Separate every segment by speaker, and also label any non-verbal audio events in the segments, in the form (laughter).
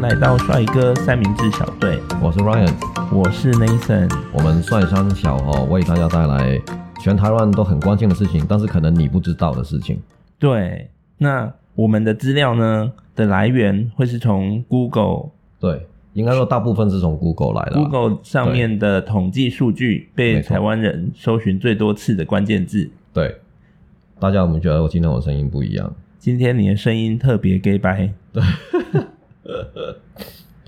Speaker 1: 来到帅哥三明治小队，
Speaker 2: 我是 Ryan，
Speaker 1: 我是 Nathan。
Speaker 2: 我们帅山小哦为大家带来全台湾都很关心的事情，但是可能你不知道的事情。
Speaker 1: 对，那我们的资料呢的来源会是从 Google
Speaker 2: 对，应该说大部分是从 Google 来的啊。
Speaker 1: Google 上面的统计数据，被
Speaker 2: 没错
Speaker 1: 台湾人搜寻最多次的关键字。
Speaker 2: 对，大家有没有觉得我今天我声音不一样
Speaker 1: 今天你的声音特别 gay 白，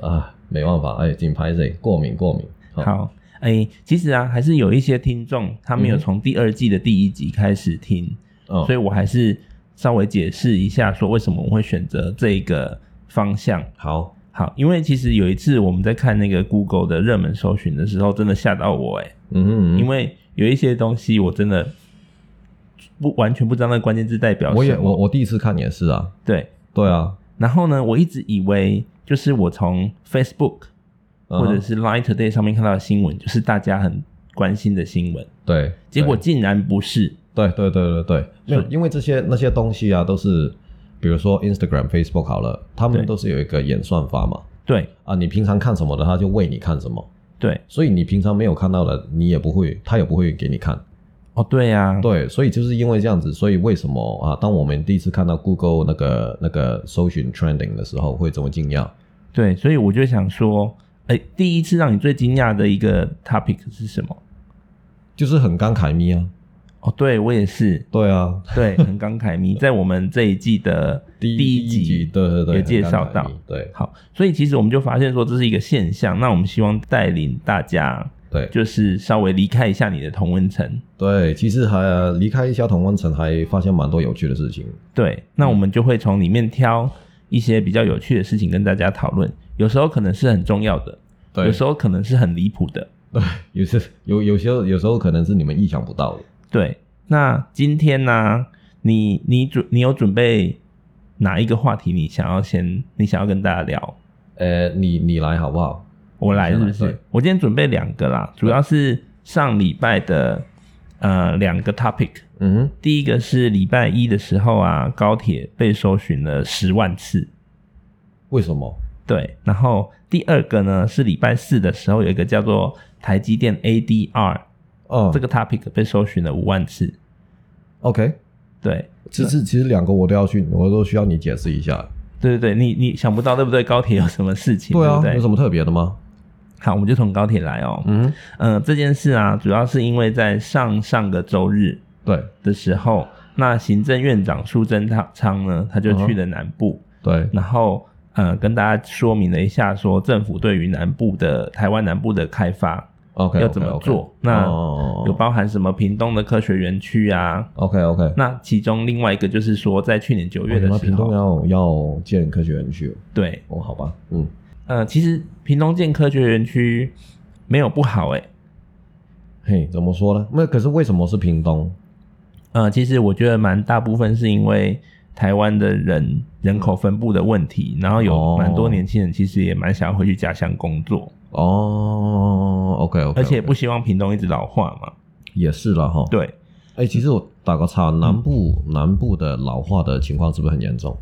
Speaker 2: 啊？没办法，哎，紧拍谁过敏过敏。好
Speaker 1: 好，哎、其实啊，还是有一些听众他没有
Speaker 2: 嗯
Speaker 1: 从第二季的第一集开始听，
Speaker 2: 嗯，
Speaker 1: 所以我还是稍微解释一下，说为什么我会选择这个方向。
Speaker 2: 好，
Speaker 1: 好，因为其实有一次我们在看那个 Google 的热门搜寻的时候，真的吓到我哎、
Speaker 2: 嗯哼嗯
Speaker 1: 因
Speaker 2: 为
Speaker 1: 为有一些东西我真的不完全不知道那个关键字代表什么。
Speaker 2: 我也我我第一次看也是啊，
Speaker 1: 对，
Speaker 2: 对啊，
Speaker 1: 然后呢，我一直以为就是我从 Facebook
Speaker 2: 嗯
Speaker 1: 或者是 Line Today 上面看到的新闻，就是大家很关心的新闻，
Speaker 2: 对，
Speaker 1: 结果竟然不是。
Speaker 2: 对对对对对，没有
Speaker 1: 是，
Speaker 2: 因为这些那些东西啊，都是比如说 Instagram、Facebook 好了，他
Speaker 1: 对
Speaker 2: 们都是有一个演算法嘛，
Speaker 1: 对
Speaker 2: 啊，你平常看什么的，他就喂你看什么，
Speaker 1: 对，
Speaker 2: 所以你平常没有看到的，你也不会，他也不会给你看。
Speaker 1: 哦对呀、
Speaker 2: 对，啊所以就是因为这样子，所以为什么啊？当我们第一次看到 Google 那个那个搜寻 trending 的时候，会这么惊讶？
Speaker 1: 对，所以我就想说，哎，第一次让你最惊讶的一个 topic 是什么？
Speaker 2: 就是很感慨咪啊，
Speaker 1: 哦，对我也是，
Speaker 2: 对啊，
Speaker 1: (laughs) 对，很感慨。你在我们这一季的
Speaker 2: 第
Speaker 1: (laughs) 第
Speaker 2: 一
Speaker 1: 一集
Speaker 2: 对对对，
Speaker 1: 有
Speaker 2: 很
Speaker 1: 介
Speaker 2: 感
Speaker 1: 绍
Speaker 2: 慨
Speaker 1: 到
Speaker 2: 咪，对
Speaker 1: 好，所以其实我们就发现说这是一个现象。那我们希望带领大家，
Speaker 2: 对，
Speaker 1: 就是稍微离开一下你的同温层。
Speaker 2: 对，其实还呃离开小同温层，还发现蛮多有趣的事情。
Speaker 1: 对，那我们就会从里面挑一些比较有趣的事情跟大家讨论。有时候可能是很重要的，有时候可能是很离谱的。
Speaker 2: 有些有有些有时候可能是你们意想不到的。
Speaker 1: 对，那今天呢、你你准你有准备哪一个话题？你想要先你想要跟大家聊？
Speaker 2: 呃，你你来好不好？
Speaker 1: 我来是不
Speaker 2: 先来
Speaker 1: 是
Speaker 2: 对？
Speaker 1: 我今天准备两个啦，主要是上礼拜的呃两个 topic。
Speaker 2: 嗯
Speaker 1: 第一个是礼拜一的时候啊，高铁被搜寻了十万次，
Speaker 2: 哼，为什么？
Speaker 1: 对。然后第二个呢是礼拜四的时候有一个叫做台积电 ADR
Speaker 2: 哦、
Speaker 1: 这个 topic 被搜寻了五万次，
Speaker 2: OK，
Speaker 1: 对。
Speaker 2: 其实其实两个我都要去，我都需要你解释一下。
Speaker 1: 对对对，你你想不到对不对？高铁有什么事情？
Speaker 2: 对啊，
Speaker 1: 对
Speaker 2: 有
Speaker 1: 不
Speaker 2: 什
Speaker 1: 对？
Speaker 2: 么特别的吗？
Speaker 1: 好，我们就从高铁来哦。嗯、
Speaker 2: 嗯哼，
Speaker 1: 这件事啊，主要是因为在上上个周日，
Speaker 2: 对
Speaker 1: 的时候，那行政院长苏贞昌呢，他
Speaker 2: 嗯
Speaker 1: 就去了南部，
Speaker 2: 对，
Speaker 1: 然后呃跟大家说明了一下，说政府对于南部的台湾南部的开发
Speaker 2: OK，
Speaker 1: 要怎么做，那
Speaker 2: 哦
Speaker 1: 有
Speaker 2: 有
Speaker 1: 包含什么屏东的科学园区啊。
Speaker 2: OK OK，
Speaker 1: 那其中另外一个就是说，在去年九月的时
Speaker 2: 哦屏东
Speaker 1: 候，
Speaker 2: 要要建科学园区
Speaker 1: 对，
Speaker 2: 哦，好吧，嗯，
Speaker 1: 呃，其实屏东建科学园区没有不好诶、欸
Speaker 2: 嘿，怎么说呢？那可是为什么是屏东？
Speaker 1: 呃，其实我觉得蛮大部分是因为台湾的人人口分布的问题，然后有
Speaker 2: 哦
Speaker 1: 蛮多年轻人其实也蛮想要回去家乡工作，
Speaker 2: 哦，OK OK，
Speaker 1: 而且不希望屏东一直老化嘛。
Speaker 2: 也是了哈。
Speaker 1: 对，嗯
Speaker 2: 哎、其实我打个岔，南部、南部的老化的情况是不是很严重？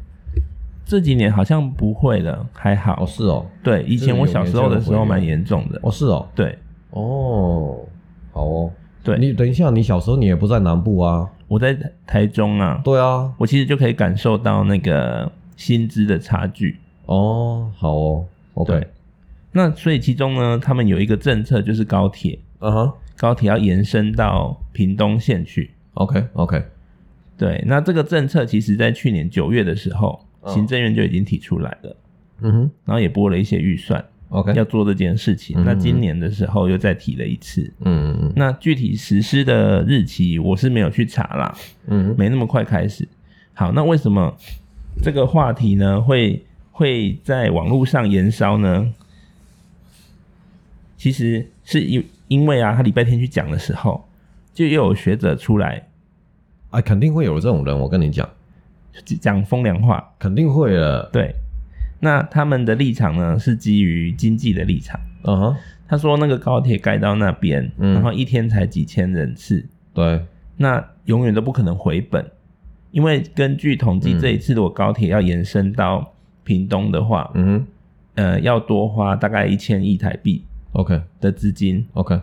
Speaker 1: 这几年好像不会了，还好
Speaker 2: 哦，。是哦，
Speaker 1: 对，以前我小时候的时候
Speaker 2: 这个有年轻人
Speaker 1: 蛮严重的。
Speaker 2: 哦，是哦，
Speaker 1: 对
Speaker 2: 哦，好哦，
Speaker 1: 对，
Speaker 2: 你等一下，你小时候你也不在南部啊？
Speaker 1: 我在台中啊，
Speaker 2: 对啊，
Speaker 1: 我其实就可以感受到那个薪资的差距。
Speaker 2: 哦，好哦
Speaker 1: 对
Speaker 2: ，OK，，
Speaker 1: 那所以其中呢，他们有一个政策就是高铁，
Speaker 2: 嗯哼
Speaker 1: 高铁要延伸到屏东县去。
Speaker 2: ，OK OK，
Speaker 1: 对，那这个政策其实在去年九月的时候，
Speaker 2: 嗯
Speaker 1: 行政院就已经提出来了，
Speaker 2: 嗯哼
Speaker 1: 然后也拨了一些预算
Speaker 2: ，OK，
Speaker 1: 要做这件事情。
Speaker 2: 嗯
Speaker 1: 那今年的时候又再提了一次。
Speaker 2: 嗯嗯
Speaker 1: 那具体实施的日期我是没有去查啦，
Speaker 2: 嗯嗯，
Speaker 1: 没那么快开始。好，那为什么这个话题呢会会在网络上延烧呢？其实是因因为啊，他礼拜天去讲的时候，就又有学者出来
Speaker 2: 哎，肯定会有这种人，我跟你讲，
Speaker 1: 讲风凉话，
Speaker 2: 肯定会的，
Speaker 1: 对，那他们的立场呢是基于经济的立场。
Speaker 2: 嗯哼，
Speaker 1: 他说那个高铁盖到那边，
Speaker 2: 嗯
Speaker 1: 然后一天才几千人次，
Speaker 2: 对，
Speaker 1: 那永远都不可能回本，因为根据统计，
Speaker 2: 嗯
Speaker 1: 这一次如果高铁要延伸到屏东的话，
Speaker 2: 嗯哼，
Speaker 1: 呃要多花大概一千亿台币
Speaker 2: OK
Speaker 1: 的资金。
Speaker 2: OK，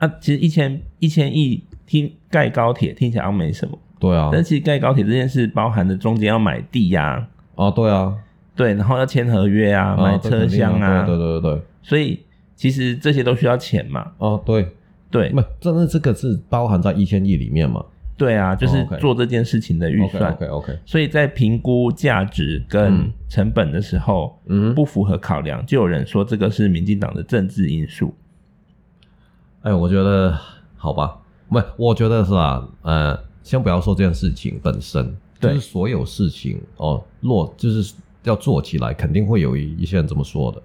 Speaker 1: 那、其实一千一千亿听盖高铁听起来好像没什么，
Speaker 2: 对啊
Speaker 1: 但，是其实盖高铁这件事包含的中间要买地呀、
Speaker 2: 啊对啊，
Speaker 1: 对，然后要签合约啊，
Speaker 2: 啊
Speaker 1: 买
Speaker 2: 这
Speaker 1: 车
Speaker 2: 肯定
Speaker 1: 厢啊，
Speaker 2: 对对对对对，
Speaker 1: 所以其实这些都需要钱嘛。
Speaker 2: 哦对，
Speaker 1: 对，
Speaker 2: 不，真的这个是包含在一千亿里面嘛
Speaker 1: 对啊，就是
Speaker 2: 哦 OK
Speaker 1: 做这件事情的预算。
Speaker 2: ？OK OK，
Speaker 1: 所以在评估价值跟
Speaker 2: 嗯
Speaker 1: 成本的时候，
Speaker 2: 嗯，
Speaker 1: 不符合考量，就有人说这个是民进党的政治因素。
Speaker 2: 哎，我觉得好吧，不，我觉得是啊，呃，先不要说这件事情本身，就
Speaker 1: 对
Speaker 2: 是所有事情哦，落就是要做起来，肯定会有一一些人这么说的。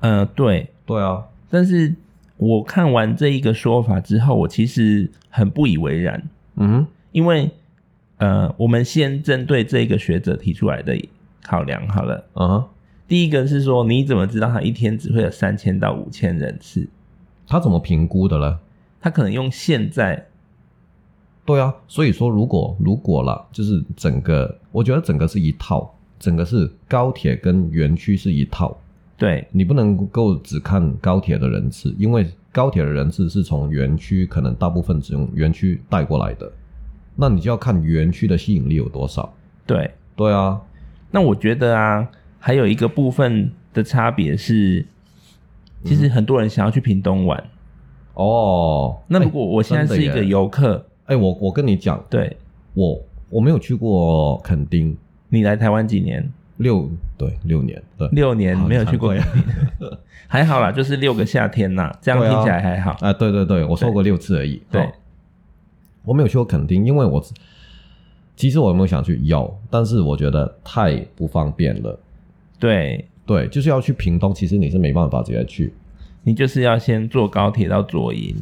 Speaker 1: 嗯、对。
Speaker 2: 对啊，
Speaker 1: 但是我看完这一个说法之后，我其实很不以为然，
Speaker 2: 嗯
Speaker 1: 因为呃，我们先针对这个学者提出来的考量好了。
Speaker 2: 哼啊哈，
Speaker 1: 第一个是说，你怎么知道他一天只会有三千到五千人次？
Speaker 2: 他怎么评估的呢？
Speaker 1: 他可能用现在
Speaker 2: 对啊，所以说如果如果啦，就是整个，我觉得整个是一套，整个是高铁跟园区是一套，
Speaker 1: 对
Speaker 2: 你不能够只看高铁的人次，因为高铁的人次是从园区可能大部分只用园区带过来的，那你就要看园区的吸引力有多少。
Speaker 1: 对。
Speaker 2: 对啊，
Speaker 1: 那我觉得啊，还有一个部分的差别是，其实很多人想要去屏东
Speaker 2: 嗯
Speaker 1: 玩。
Speaker 2: 哦，
Speaker 1: 那如果我现在
Speaker 2: 真的
Speaker 1: 是一个
Speaker 2: 耶
Speaker 1: 游客，
Speaker 2: 哎，我我跟你讲，
Speaker 1: 对
Speaker 2: 我我没有去过垦丁
Speaker 1: 你来台湾几年？
Speaker 2: 六对六年对，
Speaker 1: 六年
Speaker 2: 好啊
Speaker 1: 没有去过
Speaker 2: 惭
Speaker 1: 垦
Speaker 2: 愧
Speaker 1: 丁， (laughs) 还好啦，就是六个夏天呐、这样
Speaker 2: 对啊
Speaker 1: 听起来还好。
Speaker 2: 啊，对对对，我说过六次而已。
Speaker 1: 对
Speaker 2: 哦我没有去过垦丁，因为我其实我有没有想去有，但是我觉得太不方便了。
Speaker 1: 对，
Speaker 2: 对，啊就是要去屏东，其实你是没办法直接去。
Speaker 1: 你就是要先坐高铁到左营，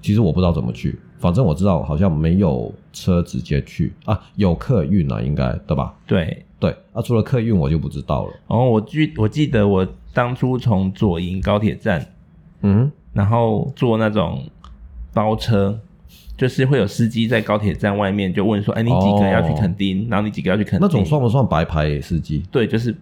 Speaker 2: 其实我不知道怎么去，反正我知道好像没有车直接去啊，有客运啊，应该对吧？
Speaker 1: 对。
Speaker 2: 对啊，除了客运我就不知道了。
Speaker 1: 然后我记我记得我当初从左营高铁站，
Speaker 2: 嗯，
Speaker 1: 然后坐那种包车，就是会有司机在高铁站外面就问说：“哎，你几个要去垦丁？然后你几个要去垦丁？”
Speaker 2: 那种算不算白牌司机
Speaker 1: 对，就是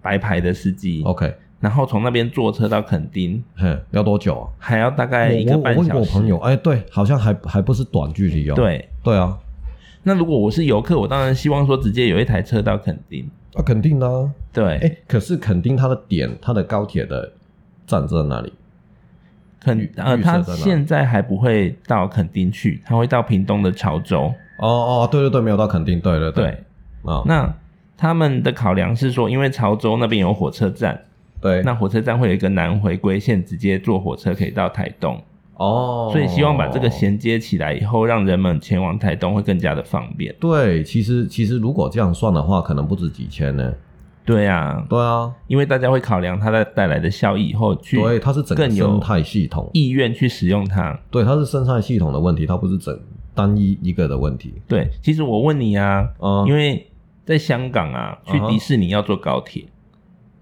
Speaker 1: 白牌的司机。
Speaker 2: ？OK，
Speaker 1: 然后从那边坐车到垦丁
Speaker 2: 哼，要多久啊？
Speaker 1: 还要大概哎一
Speaker 2: 我
Speaker 1: 个
Speaker 2: 我我
Speaker 1: 半
Speaker 2: 问过
Speaker 1: 小
Speaker 2: 我
Speaker 1: 时。
Speaker 2: 朋友，哎，对，好像还还不是短距离哦。
Speaker 1: 对，
Speaker 2: 对啊，
Speaker 1: 那如果我是游客，我当然希望说直接有一台车到垦丁。
Speaker 2: 啊，肯定的、啊。
Speaker 1: 对，
Speaker 2: 哎，可是垦丁它的点，它的高铁的站在哪里？
Speaker 1: 垦
Speaker 2: 预
Speaker 1: 呃，
Speaker 2: 预设
Speaker 1: 他
Speaker 2: 在哪
Speaker 1: 现在还不会到垦丁去，他会到屏东的潮州。
Speaker 2: 哦哦，对对对，没有到垦丁，对对
Speaker 1: 对，
Speaker 2: 啊，
Speaker 1: 那他们的考量是说，因为潮州那边有火车站，
Speaker 2: 对，
Speaker 1: 那火车站会有一个南回归线，直接坐火车可以到台东，
Speaker 2: 哦，
Speaker 1: 所以希望把这个衔接起来以后，让人们前往台东会更加的方便。
Speaker 2: 对，其实其实如果这样算的话，可能不止几千呢。
Speaker 1: 对啊，
Speaker 2: 对啊，
Speaker 1: 因为大家会考量它的带来的效益以后，去
Speaker 2: 所以它是整个
Speaker 1: 更有
Speaker 2: 生态系统，
Speaker 1: 意愿去使用它。
Speaker 2: 对，它是生态系统的问题，它不是整单一一个的问题。
Speaker 1: 对，其实我问你啊，
Speaker 2: 啊、
Speaker 1: 因
Speaker 2: 为
Speaker 1: 为在香港啊，去
Speaker 2: 啊哈
Speaker 1: 迪士尼要坐高铁，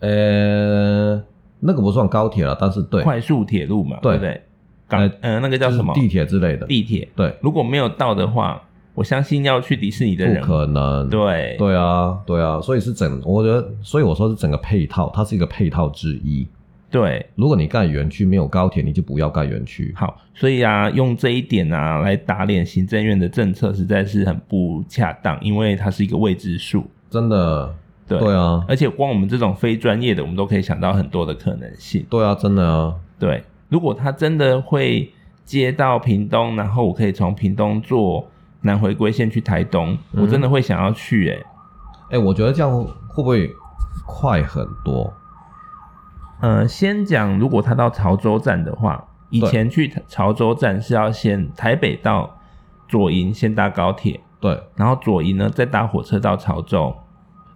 Speaker 2: 呃，那个不算高铁了，但是对，
Speaker 1: 快速铁路嘛，对
Speaker 2: 对
Speaker 1: 不对？港呃那个叫
Speaker 2: 就是
Speaker 1: 什么
Speaker 2: 地铁之类的，
Speaker 1: 地铁，
Speaker 2: 对，
Speaker 1: 如果没有到的话，我相信要去迪士尼的
Speaker 2: 不
Speaker 1: 人，
Speaker 2: 可能。
Speaker 1: 对
Speaker 2: 对啊，对啊，所以是整，我觉得，所以我说是整个配套，它是一个配套之一。
Speaker 1: 对
Speaker 2: 如果你盖园区没有高铁，你就不要盖园区。
Speaker 1: 好，所以啊，用这一点啊来打脸行政院的政策，实在是很不恰当，因为它是一个未知数，
Speaker 2: 真的，
Speaker 1: 对。
Speaker 2: 对啊，
Speaker 1: 而且光我们这种非专业的，我们都可以想到很多的可能性。
Speaker 2: 对啊，真的啊，
Speaker 1: 对，如果他真的会接到屏东，然后我可以从屏东坐南回归线去台东，
Speaker 2: 嗯
Speaker 1: 我真的会想要去、欸。
Speaker 2: 哎，我觉得这样会不会快很多？
Speaker 1: 呃，先讲如果他到潮州站的话，以
Speaker 2: 对
Speaker 1: 前去潮州站是要先台北到左营先搭高铁，
Speaker 2: 对，
Speaker 1: 然后左营呢再搭火车到潮州，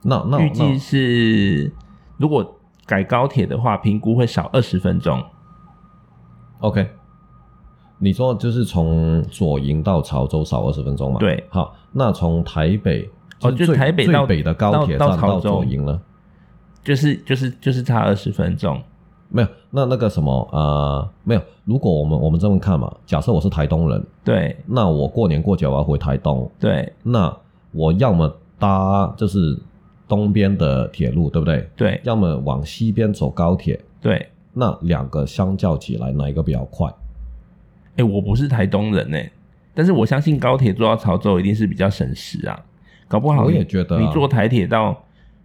Speaker 2: 那那
Speaker 1: 预计
Speaker 2: 那
Speaker 1: 是如果改高铁的话，评估会少二十分钟。
Speaker 2: OK，你说就是从左营到潮州少二十分钟嘛？
Speaker 1: 对，
Speaker 2: 好，那从台北
Speaker 1: 哦
Speaker 2: 是
Speaker 1: 就
Speaker 2: 最
Speaker 1: 台北到
Speaker 2: 最北的高铁
Speaker 1: 到
Speaker 2: 站
Speaker 1: 到潮
Speaker 2: 到
Speaker 1: 州
Speaker 2: 左营呢？
Speaker 1: 就是就是就是差二十分钟，
Speaker 2: 没有，那那个什么呃，没有。如果我们我们这么看嘛，假设我是台东人，
Speaker 1: 对
Speaker 2: 那我过年过节我要回台东，
Speaker 1: 对
Speaker 2: 那我要么搭就是东边的铁路，对不对？
Speaker 1: 对
Speaker 2: 要么往西边走高铁，
Speaker 1: 对，
Speaker 2: 那两个相较起来，哪一个比较快？
Speaker 1: 哎、我不是台东人呢、但是我相信高铁坐到潮州一定是比较省时啊，搞不好
Speaker 2: 我
Speaker 1: 你
Speaker 2: 也觉得啊
Speaker 1: 你坐台铁到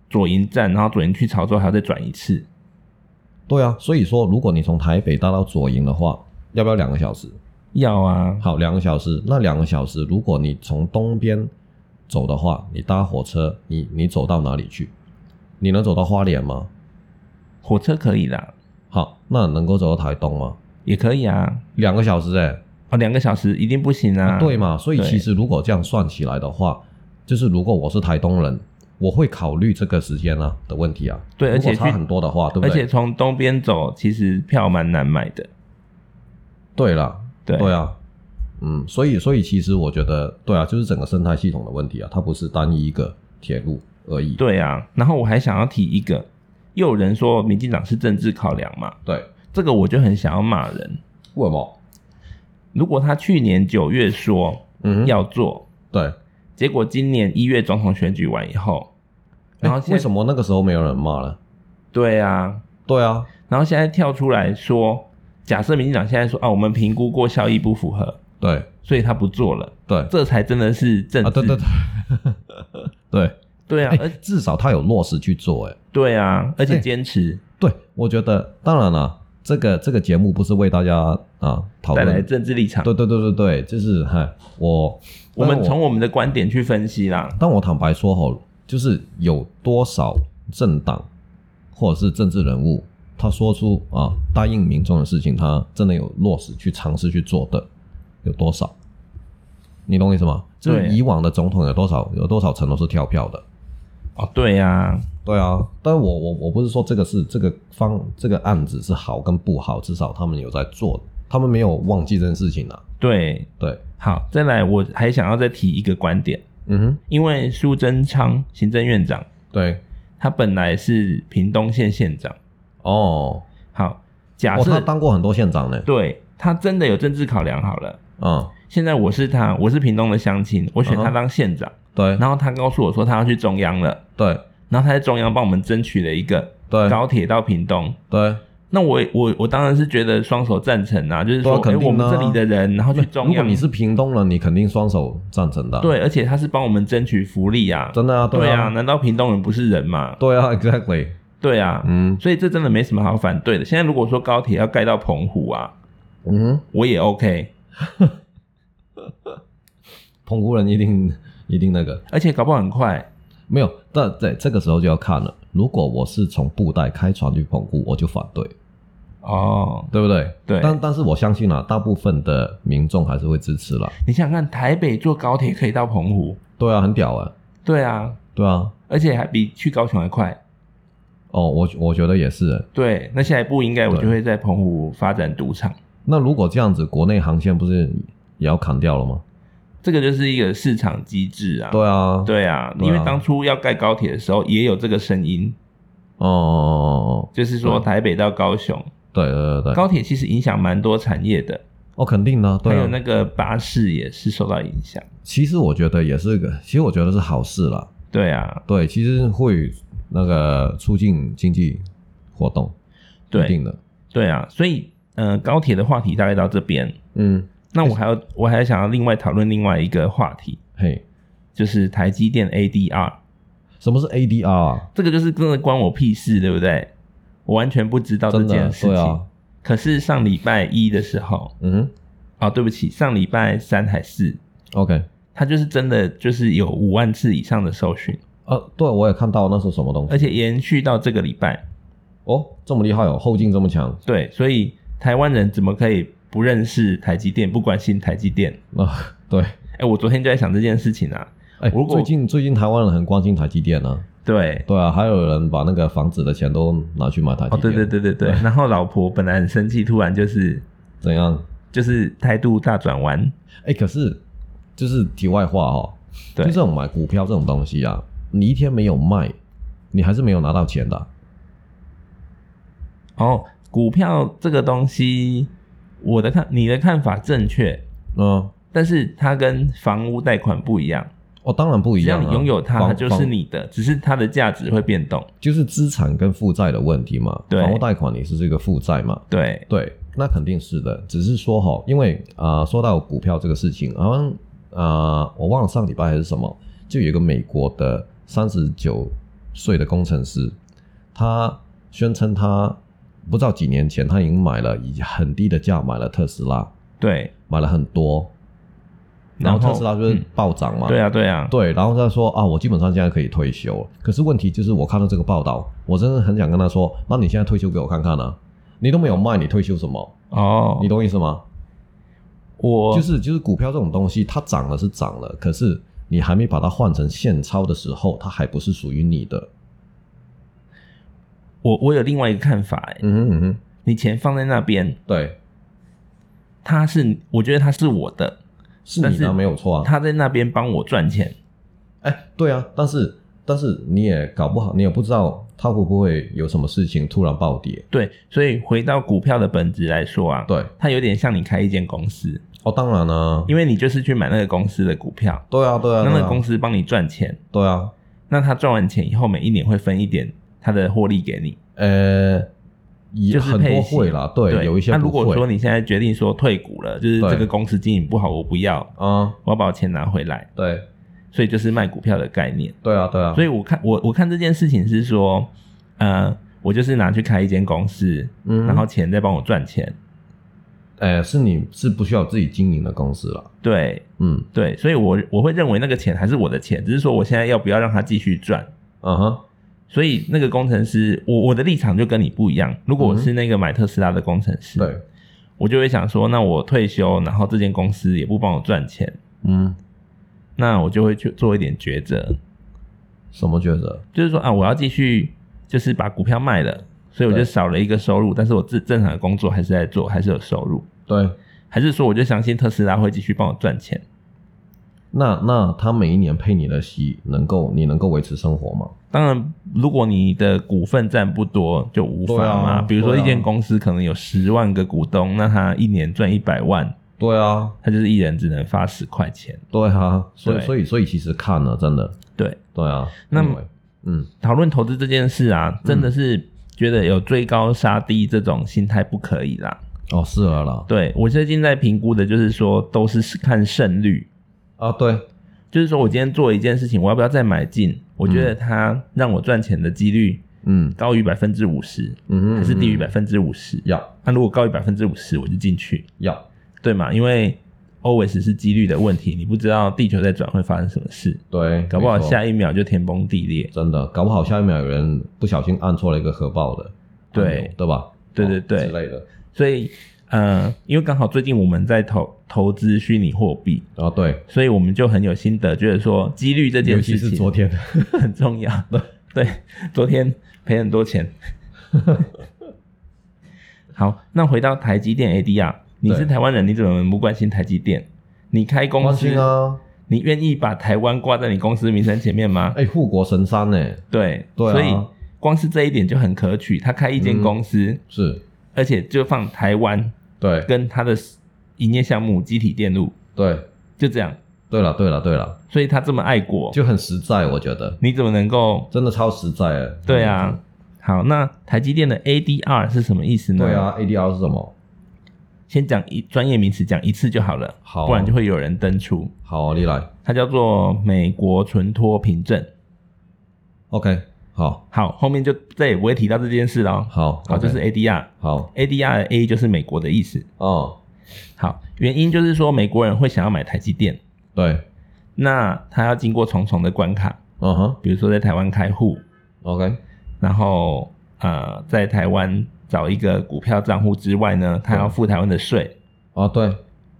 Speaker 1: 左营站，然后左营去潮州还要再转一次，
Speaker 2: 对啊，所以说，如果你从台北搭到左营的话，要不要两个小时？
Speaker 1: 要啊，
Speaker 2: 好，两个小时。那两个小时，如果你从东边走的话，你搭火车，你你走到哪里去？你能走到花莲吗？
Speaker 1: 火车可以啦，
Speaker 2: 好，那能够走到台东吗？
Speaker 1: 也可以啊，
Speaker 2: 两个小时哎、
Speaker 1: 哦，两个小时一定不行啊，
Speaker 2: 对嘛？所以
Speaker 1: 对
Speaker 2: 其实如果这样算起来的话，就是如果我是台东人，我会考虑这个时间啊的问题啊。
Speaker 1: 对而且
Speaker 2: 如果差
Speaker 1: 去
Speaker 2: 很多的话，对不
Speaker 1: 而
Speaker 2: 对？
Speaker 1: 且从东边走其实票蛮难买的，
Speaker 2: 对啦，
Speaker 1: 对
Speaker 2: 对啊，嗯，所以所以其实我觉得，对啊，就是整个生态系统的问题啊，它不是单一一个铁路而已。
Speaker 1: 对啊，然后我还想要提一个，又有人说民进党是政治考量嘛，
Speaker 2: 对，
Speaker 1: 这个我就很想要骂人。
Speaker 2: 为什么？
Speaker 1: 如果他去年九月说
Speaker 2: 嗯，
Speaker 1: 要做，
Speaker 2: 对。
Speaker 1: 结果今年一月总统选举完以后，然后
Speaker 2: 哎为什
Speaker 1: 么？
Speaker 2: 么那个时候没有人骂了？
Speaker 1: 对啊，
Speaker 2: 对啊，
Speaker 1: 然后现在跳出来说，假设民进党现在说啊，我们评估过效益不符合，
Speaker 2: 对
Speaker 1: 所以他不做了，
Speaker 2: 对
Speaker 1: 这才真的是政治。
Speaker 2: 啊，对对 (laughs) 对，对，
Speaker 1: 对啊，
Speaker 2: 哎
Speaker 1: 而
Speaker 2: 至少他有落实去做、哎，
Speaker 1: 对啊，而且
Speaker 2: 哎
Speaker 1: 坚持
Speaker 2: 对，我觉得当然了、这个这个节目不是为大家啊讨
Speaker 1: 带来
Speaker 2: 论，
Speaker 1: 政治立场。
Speaker 2: 对对对对对，就是嗨，我
Speaker 1: 我们
Speaker 2: 但
Speaker 1: 从我们的观点去分析啦。
Speaker 2: 但我坦白说吼，就是有多少政党或者是政治人物，他说出啊答应民众的事情，他真的有落实去尝试去做的，有多少？你懂我意思吗？就是
Speaker 1: 对
Speaker 2: 以往的总统有多少有多少层都是跳票的，
Speaker 1: 哦，对啊，
Speaker 2: 对啊。但我我我不是说这个是这个方这个案子是好跟不好，至少他们有在做，他们没有忘记这件事情啊。
Speaker 1: 对。
Speaker 2: 对，
Speaker 1: 好，再来，我还想要再提一个观点，
Speaker 2: 嗯哼，
Speaker 1: 因为苏贞昌行政院长，
Speaker 2: 对，
Speaker 1: 他本来是屏东县县长。
Speaker 2: 哦，
Speaker 1: 好，假
Speaker 2: 哦，
Speaker 1: 设、
Speaker 2: 他当过很多县长呢，
Speaker 1: 对他真的有政治考量好了。
Speaker 2: 嗯，
Speaker 1: 现在我是他，我是屏东的乡亲，我选
Speaker 2: 嗯
Speaker 1: 他
Speaker 2: 哼
Speaker 1: 当县长。
Speaker 2: 对
Speaker 1: 然后他告诉我说他要去中央了，
Speaker 2: 对
Speaker 1: 然后他在中央帮我们争取了一个
Speaker 2: 对，
Speaker 1: 高铁到屏东。
Speaker 2: 对，
Speaker 1: 那我我我当然是觉得双手赞成啊，就是说，
Speaker 2: 对啊肯
Speaker 1: 诶
Speaker 2: 定
Speaker 1: 我
Speaker 2: 啊
Speaker 1: 们这里的人，然后去中
Speaker 2: 如
Speaker 1: 央，
Speaker 2: 果你是屏东人，你肯定双手赞成的啊、
Speaker 1: 对，而且他是帮我们争取福利啊，
Speaker 2: 真的啊，
Speaker 1: 对啊，
Speaker 2: 啊，
Speaker 1: 难道屏东人不是人吗？
Speaker 2: 对啊，exactly，
Speaker 1: 对啊，
Speaker 2: 嗯
Speaker 1: 所以这真的没什么好反对的。现在如果说高铁要盖到澎湖啊，
Speaker 2: 嗯，
Speaker 1: 我也 OK，
Speaker 2: 澎湖人一定 (laughs) 一定那个
Speaker 1: 而且搞不好很快。
Speaker 2: 没有，但在这个时候就要看了。如果我是从布袋开船去澎湖，我就反对，
Speaker 1: 哦，
Speaker 2: 对不对？
Speaker 1: 对
Speaker 2: 但但是我相信啊，大部分的民众还是会支持啦。
Speaker 1: 你想想看，台北坐高铁可以到澎湖，
Speaker 2: 对啊，很屌啊，
Speaker 1: 对啊，
Speaker 2: 对啊，
Speaker 1: 而且还比去高雄还快。
Speaker 2: 哦，我我觉得也是。
Speaker 1: 对，那下一步应该我
Speaker 2: 对
Speaker 1: 就会在澎湖发展赌场，
Speaker 2: 那如果这样子，国内航线不是也要砍掉了吗？
Speaker 1: 这个就是一个市场机制啊。
Speaker 2: 对啊，
Speaker 1: 对啊，
Speaker 2: 对啊
Speaker 1: 因为当初要盖高铁的时候，也有这个声音，
Speaker 2: 哦，哦哦哦，
Speaker 1: 就是说台北到高雄，
Speaker 2: 对对对对，
Speaker 1: 高铁其实影响蛮多产业的，
Speaker 2: 哦，肯定的啊，对
Speaker 1: 还
Speaker 2: 啊
Speaker 1: 有那个巴士也是受到影响。
Speaker 2: 其实我觉得也是个，其实我觉得是好事啦。
Speaker 1: 对啊，
Speaker 2: 对，其实会那个促进经济活动，一
Speaker 1: 对
Speaker 2: 定的。
Speaker 1: 对啊，所以呃，高铁的话题大概到这边。
Speaker 2: 嗯，
Speaker 1: 那我还要我还想要另外讨论另外一个话题，
Speaker 2: 嘿，
Speaker 1: 就是台积电 ADR，
Speaker 2: 什么是 ADR 啊？
Speaker 1: 这个就是真的关我屁事，对不对？我完全不知道这
Speaker 2: 真
Speaker 1: 件
Speaker 2: 的，
Speaker 1: 事情。
Speaker 2: 对啊，
Speaker 1: 可是上礼拜一的时候，
Speaker 2: 嗯
Speaker 1: 哦，对不起，上礼拜三还四，
Speaker 2: 哼，OK，
Speaker 1: 它就是真的就是有五万次以上的搜寻，
Speaker 2: 啊，对，我也看到那是什么东西
Speaker 1: 而且延续到这个礼拜。
Speaker 2: 哦，这么厉害哦，后劲这么强， (laughs)
Speaker 1: 对，所以台湾人怎么可以不认识台积电，不关心台积电？
Speaker 2: 啊，对，
Speaker 1: 哎、我昨天就在想这件事情啊。
Speaker 2: 哎，
Speaker 1: 如果
Speaker 2: 最近最近台湾人很关心台积电啊，
Speaker 1: 对，
Speaker 2: 对啊，还有人把那个房子的钱都拿去买台积
Speaker 1: 哦，
Speaker 2: 电，
Speaker 1: 对对，对对对。
Speaker 2: 嗯
Speaker 1: 然后老婆本来很生气，突然就是
Speaker 2: 怎样？
Speaker 1: 就是态度大转弯。
Speaker 2: 哎，可是就是题外话哦，就
Speaker 1: 对，
Speaker 2: 这种买股票这种东西啊，你一天没有卖，你还是没有拿到钱的啊、
Speaker 1: 哦，股票这个东西，我的看你的看法正确，
Speaker 2: 嗯，
Speaker 1: 但是它跟房屋贷款不一样。
Speaker 2: 哦，当然不一
Speaker 1: 只要
Speaker 2: 样、啊。
Speaker 1: 你拥有它，
Speaker 2: 房
Speaker 1: 它就是，你的，只是它的价值会变动。
Speaker 2: 房就是资产跟负债的问题嘛。
Speaker 1: 对
Speaker 2: 房屋贷款你是这个负债嘛？
Speaker 1: 对，
Speaker 2: 对，那肯定是的。只是说哈，因为啊、呃说到股票这个事情，好像啊，我忘了上礼拜还是什么，就有一个美国的三十九岁的工程师，他宣称他不知道几年前他已经买了以很低的价买了特斯拉，
Speaker 1: 对，
Speaker 2: 买了很多，然后特斯拉就是
Speaker 1: 嗯
Speaker 2: 暴涨嘛。
Speaker 1: 对啊，对啊，
Speaker 2: 对，然后他说啊，我基本上现在可以退休了。可是问题就是，我看到这个报道，我真的很想跟他说，那你现在退休给我看看啊！你都没有卖，你退休什么？
Speaker 1: 哦
Speaker 2: 你，懂我意思吗？
Speaker 1: 我
Speaker 2: 就是就是股票这种东西，它涨了是涨了，可是你还没把它换成现钞的时候，它还不是属于你的。
Speaker 1: 我我有另外一个看法、欸，
Speaker 2: 嗯哼嗯哼，
Speaker 1: 你钱放在那边，
Speaker 2: 对，
Speaker 1: 它是我觉得它是我的，
Speaker 2: 是
Speaker 1: 但
Speaker 2: 你的
Speaker 1: 是
Speaker 2: 啊没有错啊。
Speaker 1: 它在那边帮我赚钱。
Speaker 2: 哎，对啊，但是但是你也搞不好，你也不知道它会不会有什么事情突然暴跌。
Speaker 1: 对，所以回到股票的本质来说啊，
Speaker 2: 对，
Speaker 1: 它有点像你开一间公司，
Speaker 2: 哦，当然啊，
Speaker 1: 因为你就是去买那个公司的股票，
Speaker 2: 对啊对啊，
Speaker 1: 那那
Speaker 2: 对啊
Speaker 1: 个公司帮你赚钱，
Speaker 2: 对啊，
Speaker 1: 那他赚完钱以后，每一年会分一点他的获利给你，
Speaker 2: 呃，也
Speaker 1: 就是
Speaker 2: 很
Speaker 1: 配
Speaker 2: 多
Speaker 1: 息
Speaker 2: 会啦，对，有一些
Speaker 1: 那
Speaker 2: 不
Speaker 1: 如果说
Speaker 2: 会
Speaker 1: 你现在决定说退股了，就是
Speaker 2: 对
Speaker 1: 这个公司经营不好，我不要，
Speaker 2: 啊，
Speaker 1: 我要把我钱拿回来，
Speaker 2: 对
Speaker 1: 所以就是卖股票的概念。
Speaker 2: 对啊对啊，
Speaker 1: 所以我看我我看这件事情是说，呃，我就是拿去开一间公司，
Speaker 2: 嗯
Speaker 1: 然后钱再帮我赚钱。
Speaker 2: 呃，是你是不需要自己经营的公司了，
Speaker 1: 对
Speaker 2: 嗯
Speaker 1: 对，所以我我会认为那个钱还是我的钱，只是说我现在要不要让它继续赚。
Speaker 2: 啊哈。
Speaker 1: 所以那个工程师，我我的立场就跟你不一样。如果我是那个买特斯拉的工程师，
Speaker 2: 嗯对，
Speaker 1: 我就会想说，那我退休，然后这间公司也不帮我赚钱，
Speaker 2: 嗯，
Speaker 1: 那我就会去做一点抉择，
Speaker 2: 什么抉择？
Speaker 1: 就是说啊，我要继续就是把股票卖了，所以我就
Speaker 2: 对
Speaker 1: 少了一个收入，但是我自正常的工作还是在做，还是有收入，
Speaker 2: 对，
Speaker 1: 还是说我就相信特斯拉会继续帮我赚钱？
Speaker 2: 那那他每一年配你的息，能够你能够维持生活吗？
Speaker 1: 当然，如果你的股份占不多，就无法
Speaker 2: 对啊
Speaker 1: 嘛。比如说，
Speaker 2: 对
Speaker 1: 一
Speaker 2: 啊
Speaker 1: 间公司可能有十万个股东，那他一年赚一百万，
Speaker 2: 对啊，
Speaker 1: 他就是一人只能发十块钱。
Speaker 2: 对啊，所以
Speaker 1: 对
Speaker 2: 所以所以其实看了，真的，
Speaker 1: 对，
Speaker 2: 对啊。
Speaker 1: 那
Speaker 2: anyway，嗯，
Speaker 1: 讨论投资这件事啊，真的是觉得有追高杀低这种心态不可以啦。
Speaker 2: 哦，是了啦，
Speaker 1: 对我最近在评估的就是说，都是看胜率，
Speaker 2: 啊，对，
Speaker 1: 就是说我今天做一件事情，我要不要再买进？我觉得它让我赚钱的几率
Speaker 2: 嗯
Speaker 1: 高于百分之五十，
Speaker 2: 嗯哼，
Speaker 1: 还是低于
Speaker 2: 嗯
Speaker 1: 百？分之五十？
Speaker 2: 要
Speaker 1: 那如果高于百分之五十，我就进去，
Speaker 2: 要，
Speaker 1: 对嘛？因为 always 是几率的问题，你不知道地球在转会发生什么事，
Speaker 2: 对，
Speaker 1: 搞不好
Speaker 2: 没错
Speaker 1: 下一秒就天崩地裂。
Speaker 2: 真的，搞不好下一秒有人不小心按错了一个核爆的，
Speaker 1: 对
Speaker 2: 按钮对吧？
Speaker 1: 对对
Speaker 2: 哦
Speaker 1: 对
Speaker 2: 之类的。
Speaker 1: 所以，呃，因为刚好最近我们在投投资虚拟货币，
Speaker 2: 啊，对，
Speaker 1: 所以我们就很有心得，觉得说几率这
Speaker 2: 尤
Speaker 1: 件
Speaker 2: 其
Speaker 1: 事
Speaker 2: 是
Speaker 1: 情
Speaker 2: 昨天，
Speaker 1: 很重要。
Speaker 2: (laughs)
Speaker 1: 对，昨天赔很多钱。 (laughs) 好，那回到台积电 ADR，你是
Speaker 2: 对
Speaker 1: 台湾人，你怎么不关心台积电？你开公
Speaker 2: 关
Speaker 1: 司
Speaker 2: 心啊，
Speaker 1: 你愿意把台湾挂在你公司名称前面吗？
Speaker 2: 哎，护国神山呢？
Speaker 1: 对，
Speaker 2: 对啊
Speaker 1: 所以光是这一点就很可取。他开一间公司，
Speaker 2: 是，
Speaker 1: 而且就放台湾
Speaker 2: 对
Speaker 1: 跟他的营业项目机体电路，
Speaker 2: 对
Speaker 1: 就这样。
Speaker 2: 对了对了对了，
Speaker 1: 所以他这么爱国，
Speaker 2: 就很实在，我觉得
Speaker 1: 你怎么能够？
Speaker 2: 真的超实在哎。
Speaker 1: 对啊，好，那台积电的 ADR 是什么意思呢？
Speaker 2: 对，啊，ADR 是什么？
Speaker 1: 先讲一专业名词，讲一次就好了，
Speaker 2: 好啊
Speaker 1: 不然就会有人登出。
Speaker 2: 好，你来。
Speaker 1: 它叫做美国存托凭证。
Speaker 2: OK，好，
Speaker 1: 好，后面就再也不会提到这件事了。哦
Speaker 2: 好，
Speaker 1: 好，
Speaker 2: OK，
Speaker 1: 就是 ADR。
Speaker 2: 好
Speaker 1: ADR 的 A 就是美国的意思。
Speaker 2: 哦，
Speaker 1: 好，原因就是说美国人会想要买台积电，
Speaker 2: 对，
Speaker 1: 那他要经过重重的关卡，
Speaker 2: 嗯哼
Speaker 1: 比如说在台湾开户，
Speaker 2: ，OK，
Speaker 1: 然后呃在台湾找一个股票账户之外呢，他要付台湾的税，
Speaker 2: 啊，对，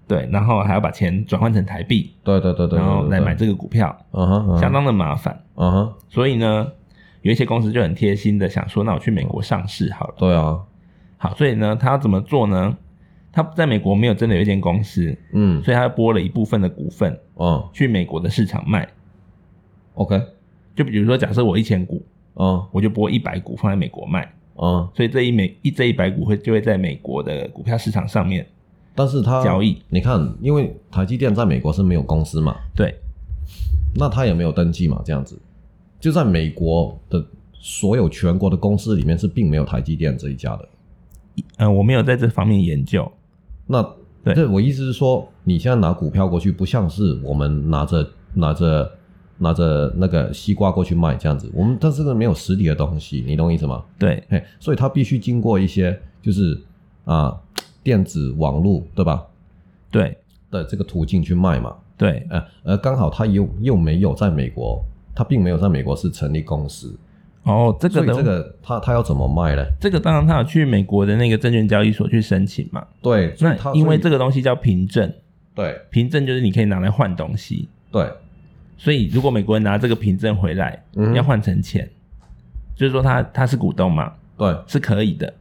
Speaker 1: 对，然后还要把钱转换成台币，
Speaker 2: 对对对对，
Speaker 1: 然后来买
Speaker 2: 这，
Speaker 1: 这个股票，
Speaker 2: 嗯哼，嗯哼
Speaker 1: 相，当的麻烦。
Speaker 2: 嗯哼，
Speaker 1: 所以呢，有一些公司就很贴心的想说，那我去美国上市好了。
Speaker 2: 对啊，
Speaker 1: 好，所以呢，他要怎么做呢？他在美国没有真的有一间公司，
Speaker 2: 嗯，
Speaker 1: 所以他拨了一部分的股份
Speaker 2: 嗯
Speaker 1: 去美国的市场卖。
Speaker 2: ，OK，
Speaker 1: 就比如说，假设我一千股，
Speaker 2: 嗯
Speaker 1: 我就拨一百股放在美国卖，
Speaker 2: 嗯，
Speaker 1: 所以这一美一这一百股会就会在美国的股票市场上面
Speaker 2: 但是它
Speaker 1: 交易。
Speaker 2: 你看，因为台积电在美国是没有公司嘛，
Speaker 1: 对，
Speaker 2: 那他也没有登记嘛，这样子，就在美国的所有全国的公司里面是并没有台积电这一家的。
Speaker 1: 呃，我没有在这方面研究，
Speaker 2: 那
Speaker 1: 对
Speaker 2: 这我意思是说，你现在拿股票过去，不像是我们拿着拿着拿着那个西瓜过去卖这样子，我们但是没有实体的东西，你懂我意思吗？
Speaker 1: 对，
Speaker 2: 嘿，所以它必须经过一些就是啊电子网络对吧
Speaker 1: 对，
Speaker 2: 的这个途径去卖嘛，
Speaker 1: 对，
Speaker 2: 呃，而刚好它又又没有在美国，它并没有在美国是成立公司，
Speaker 1: 哦，这
Speaker 2: 所
Speaker 1: 个
Speaker 2: 以
Speaker 1: 的
Speaker 2: 这个它它要怎么卖呢？
Speaker 1: 这个当然他有去美国的那个证券交易所去申请嘛，
Speaker 2: 对，所以
Speaker 1: 那
Speaker 2: 它
Speaker 1: 因为
Speaker 2: 所
Speaker 1: 这
Speaker 2: 以
Speaker 1: 个东西叫凭证，
Speaker 2: 对
Speaker 1: 凭证就是你可以拿来换东西，
Speaker 2: 对
Speaker 1: 所以如果美国人拿这个凭证回来，
Speaker 2: 嗯
Speaker 1: 要换成钱，就是说他他是股东嘛，
Speaker 2: 对，
Speaker 1: 是可以的，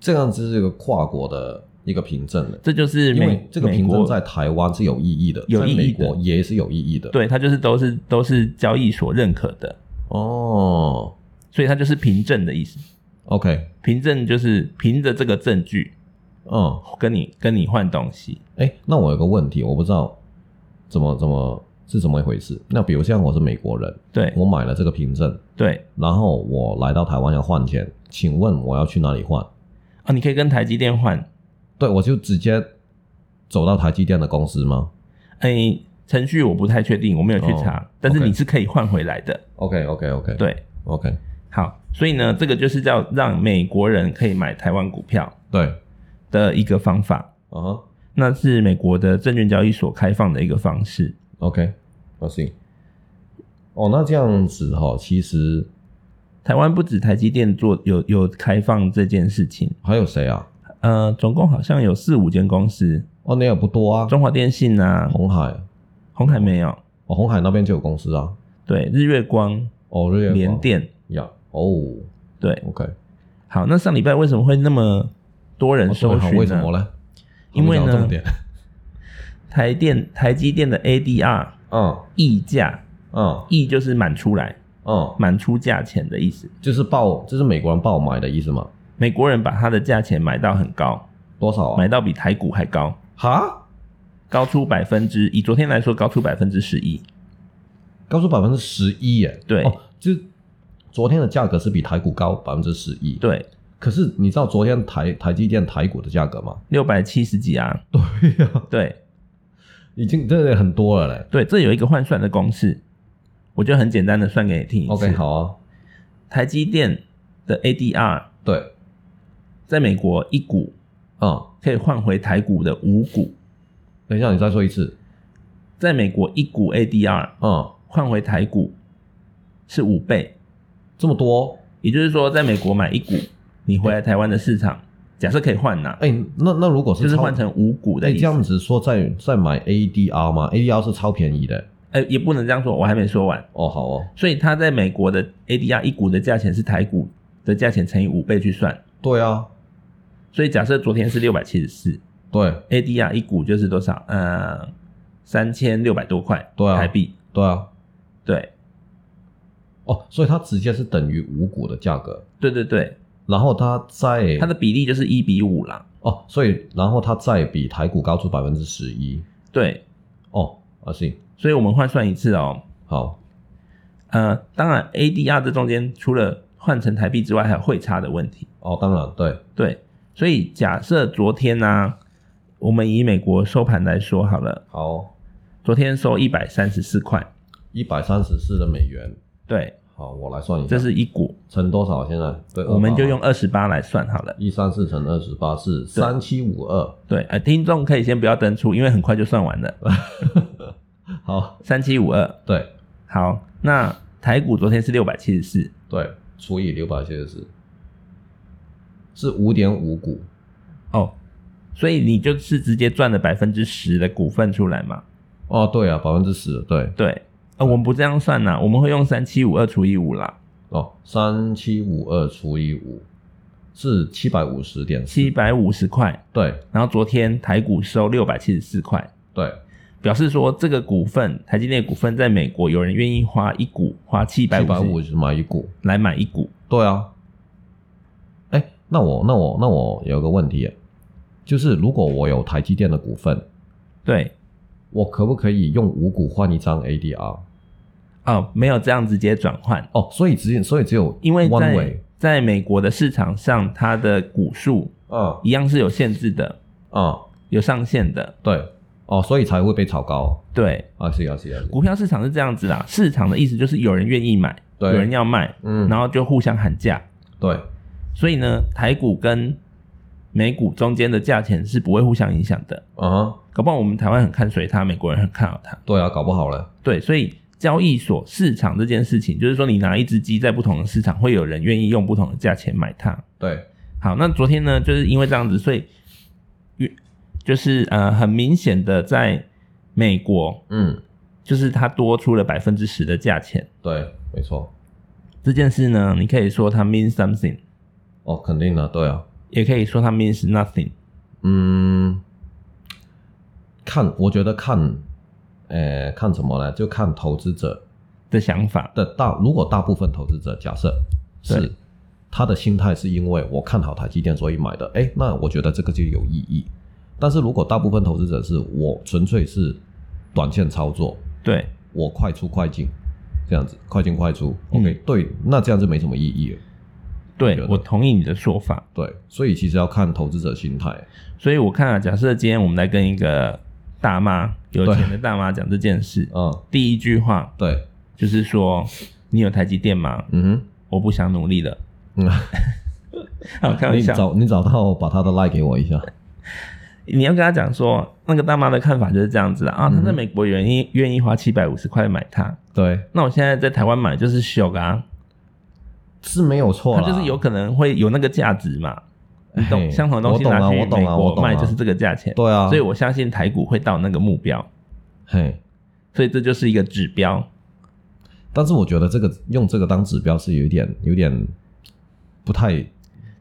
Speaker 2: 这样子是一个跨国的一个凭证了。
Speaker 1: 这就是
Speaker 2: 因
Speaker 1: 美
Speaker 2: 为这个
Speaker 1: 美
Speaker 2: 凭
Speaker 1: 国
Speaker 2: 证在台湾是有意义的，
Speaker 1: 有意义
Speaker 2: 在美
Speaker 1: 的
Speaker 2: 国也是有意义的。，
Speaker 1: 对，它就是都是都是交易所认可的，
Speaker 2: 哦
Speaker 1: 所以它就是凭证的意思。
Speaker 2: ，OK，
Speaker 1: 凭证就是凭着这个证据
Speaker 2: 嗯，
Speaker 1: 跟你跟你换东西。
Speaker 2: 哎，那我有个问题，我不知道怎么怎么是怎么一回事。那比如像我是美国人，
Speaker 1: 对
Speaker 2: 我买了这个凭证，
Speaker 1: 对
Speaker 2: 然后我来到台湾要换钱，请问我要去哪里换？
Speaker 1: 啊，你可以跟台积电换。
Speaker 2: 对，我就直接走到台积电的公司吗
Speaker 1: 哎、程序我不太确定，我没有去查，
Speaker 2: 哦
Speaker 1: 但是
Speaker 2: OK
Speaker 1: 你是可以换回来的。
Speaker 2: ？OK OK OK，
Speaker 1: 对，
Speaker 2: ，OK，
Speaker 1: 好，所以呢，这个就是叫让美国人可以买台湾股票
Speaker 2: 对，
Speaker 1: 的一个方法。
Speaker 2: 啊哈
Speaker 1: 那是美国的证券交易所开放的一个方式。
Speaker 2: ，OK，我行。哦，那这样子哈、其实
Speaker 1: 台湾不止台积电做有有开放这件事情，
Speaker 2: 还有谁啊？
Speaker 1: 呃，总共好像有四五间公司，
Speaker 2: 哦，那也不多啊，
Speaker 1: 中华电信啊，
Speaker 2: 红海，
Speaker 1: 红海没有，
Speaker 2: 哦，红海那边就有公司啊，
Speaker 1: 对，日月光、
Speaker 2: 哦，日月光
Speaker 1: 联电，
Speaker 2: 呀，哦
Speaker 1: 对，
Speaker 2: ，OK，
Speaker 1: 好，那上礼拜为什么会那么多人
Speaker 2: 哦
Speaker 1: 搜
Speaker 2: 对好
Speaker 1: 寻
Speaker 2: 为什
Speaker 1: 呢？
Speaker 2: 么呢？
Speaker 1: 啊因为呢
Speaker 2: 还没讲到重点，
Speaker 1: 台电、台积电的 ADR
Speaker 2: 嗯
Speaker 1: 溢价，
Speaker 2: 嗯
Speaker 1: 溢就是满出来、
Speaker 2: 嗯，
Speaker 1: 满出价钱的意思。
Speaker 2: 就是爆，就是美国人爆买的意思嘛？
Speaker 1: 美国人把它的价钱买到很高，
Speaker 2: 多少啊
Speaker 1: 买？到比台股还高，
Speaker 2: 哈，
Speaker 1: 高出百分之以昨天来说高出百分之十一。
Speaker 2: 高出百分之十一耶！
Speaker 1: 对
Speaker 2: 哦，就是昨天的价格是比台股高百分之十一。，
Speaker 1: 对，
Speaker 2: 可是你知道昨天台台积电台股的价格吗？
Speaker 1: 六百七十几啊，
Speaker 2: 对呀、
Speaker 1: 对
Speaker 2: 已经真的很多了嘞。
Speaker 1: 对，这有一个换算的公式，我就很简单的算给你听一次。
Speaker 2: OK，好啊，
Speaker 1: 台积电的 ADR
Speaker 2: 对，
Speaker 1: 在美国一股
Speaker 2: 嗯，
Speaker 1: 可以换回台股的五股，
Speaker 2: 等一下你再说一次，
Speaker 1: 在美国一股 ADR
Speaker 2: 嗯，
Speaker 1: 换回台股是五倍，
Speaker 2: 这么多，
Speaker 1: 也就是说，在美国买一股，你回来台湾的市场，假设可以换呐、
Speaker 2: 哎，那那如果是
Speaker 1: 就是
Speaker 2: 超
Speaker 1: 换成五股的
Speaker 2: 哎
Speaker 1: 意
Speaker 2: 这
Speaker 1: 思。
Speaker 2: 样子说再再买 ADR 吗？ADR 是超便宜的。
Speaker 1: 哎、也不能这样说，我还没说完。
Speaker 2: 哦，好哦，
Speaker 1: 所以它在美国的 ADR 一股的价钱是台股的价钱乘以五倍去算。
Speaker 2: 对啊，
Speaker 1: 所以假设昨天是六百七十四
Speaker 2: 对
Speaker 1: ，ADR 一股就是多少？呃，三千六百多块
Speaker 2: 对啊
Speaker 1: 台币。
Speaker 2: 对啊，
Speaker 1: 对
Speaker 2: 哦，所以它直接是等于五股的价格，
Speaker 1: 对对对，
Speaker 2: 然后它再
Speaker 1: 它的比例就是一比五啦。
Speaker 2: 哦，所以然后它再比台股高出百分之十一。
Speaker 1: 对，
Speaker 2: 哦，啊行，
Speaker 1: 所以我们换算一次哦。
Speaker 2: 好，
Speaker 1: 呃，当然 ADR 这中间除了换成台币之外，还有汇差的问题。
Speaker 2: 哦，当然对，
Speaker 1: 对，所以假设昨天呢、啊我们以美国收盘来说好了，
Speaker 2: 好，哦
Speaker 1: 昨天收一百三十四块，
Speaker 2: 一百三十四的美元，
Speaker 1: 对，
Speaker 2: 好，我来算一下，
Speaker 1: 这是一股，
Speaker 2: 乘多少现在？对，
Speaker 1: 我们就用二十八来算好了。
Speaker 2: 一三四乘二十八是三七五二， (laughs)
Speaker 1: 对，呃，听众可以先不要登出，因为很快就算完了，
Speaker 2: 好，
Speaker 1: 三七五二。
Speaker 2: 对
Speaker 1: 好，那台股昨天是六百七十四，
Speaker 2: 对，除以六百七十四是五点五股，
Speaker 1: 哦，所以你就是直接赚了百分之十的股份出来嘛？
Speaker 2: 哦，对啊，百分之十，对，
Speaker 1: 对，呃，我们不这样算啦，我们会用三七五二除以五啦，
Speaker 2: 哦，三七五二除以五是七百五十点
Speaker 1: 七百五十块。
Speaker 2: 对
Speaker 1: 然后昨天台股收六百七十四块，
Speaker 2: 对，
Speaker 1: 表示说这个股份，台积电股份在美国有人愿意花一股花七百
Speaker 2: 七百
Speaker 1: 五
Speaker 2: 五
Speaker 1: 十
Speaker 2: 十买一股，
Speaker 1: 来买一股。
Speaker 2: 对啊。哎，那我那我那我有个问题耶，就是如果我有台积电的股份，
Speaker 1: 对，
Speaker 2: 我可不可以用五股换一张 ADR？
Speaker 1: 哦，没有这样直接转换，
Speaker 2: 哦，所以只有所以只有
Speaker 1: 因为
Speaker 2: one
Speaker 1: 在
Speaker 2: way，
Speaker 1: 在美国的市场上，它的股数
Speaker 2: 嗯
Speaker 1: 一样是有限制的，
Speaker 2: 嗯，
Speaker 1: 有上限的。
Speaker 2: 对，哦，所以才会被炒高
Speaker 1: 对，
Speaker 2: 啊，是啊是啊，是
Speaker 1: 股票市场是这样子啦，市场的意思就是有人愿意买，有
Speaker 2: 对
Speaker 1: 人要卖，
Speaker 2: 嗯，
Speaker 1: 然后就互相喊价。
Speaker 2: 对，
Speaker 1: 所以呢，台股跟美股中间的价钱是不会互相影响的。
Speaker 2: 啊哈，
Speaker 1: 搞不好我们台湾很看随它，美国人很看好它。
Speaker 2: 对啊，搞不好了，
Speaker 1: 对，所以交易所市场这件事情，就是说你拿一只鸡在不同的市场，会有人愿意用不同的价钱买它。
Speaker 2: 对，
Speaker 1: 好，那昨天呢，就是因为这样子，所以越就是呃，很明显的在美国，
Speaker 2: 嗯，
Speaker 1: 就是它多出了百分之十的价钱。
Speaker 2: 对，没错，
Speaker 1: 这件事呢，你可以说它 means something，
Speaker 2: 哦，肯定的，对啊，
Speaker 1: 也可以说它 means nothing。
Speaker 2: 嗯，看，我觉得看，呃，看什么呢？就看投资者
Speaker 1: 的想法，
Speaker 2: 的大，如果大部分投资者假设
Speaker 1: 对
Speaker 2: 是他的心态是因为我看好台积电所以买的，哎，那我觉得这个就有意义。但是如果大部分投资者是我纯粹是短线操作，
Speaker 1: 对，
Speaker 2: 我快出快进，这样子快进快出
Speaker 1: 嗯
Speaker 2: ，OK，、对，那这样就没什么意义了。
Speaker 1: 对
Speaker 2: 有的
Speaker 1: 我同意你的说法。
Speaker 2: 对，所以其实要看投资者心态。
Speaker 1: 所以我看啊，假设今天我们来跟一个大妈，有
Speaker 2: 对
Speaker 1: 钱的大妈讲这件事，
Speaker 2: 嗯，
Speaker 1: 第一句话
Speaker 2: 对，
Speaker 1: 就是说：“你有台积电吗？
Speaker 2: 嗯哼。
Speaker 1: 我不想努力了。
Speaker 2: 嗯，”
Speaker 1: 好，开玩
Speaker 2: 啊 (laughs) 你
Speaker 1: 笑。
Speaker 2: 找你找到把他的 like 给我一
Speaker 1: (laughs)
Speaker 2: 下。
Speaker 1: 你要跟他讲说，那个大妈的看法就是这样子的
Speaker 2: 嗯
Speaker 1: 啊，她在美国愿意愿意花七百五十块买它，
Speaker 2: 对，
Speaker 1: 那我现在在台湾买就是秀啊，
Speaker 2: 是没有错
Speaker 1: 它
Speaker 2: 啦，
Speaker 1: 就是有可能会有那个价值嘛，你懂
Speaker 2: 嘿
Speaker 1: 相同的东西拿去
Speaker 2: 我懂
Speaker 1: 美国
Speaker 2: 啊，我懂啊，我懂啊
Speaker 1: 卖就是这个价钱，
Speaker 2: 对啊，
Speaker 1: 所以我相信台股会到那个目标，
Speaker 2: 嘿，
Speaker 1: 所以这就是一个指标，
Speaker 2: 但是我觉得这个用这个当指标是有一点有点不太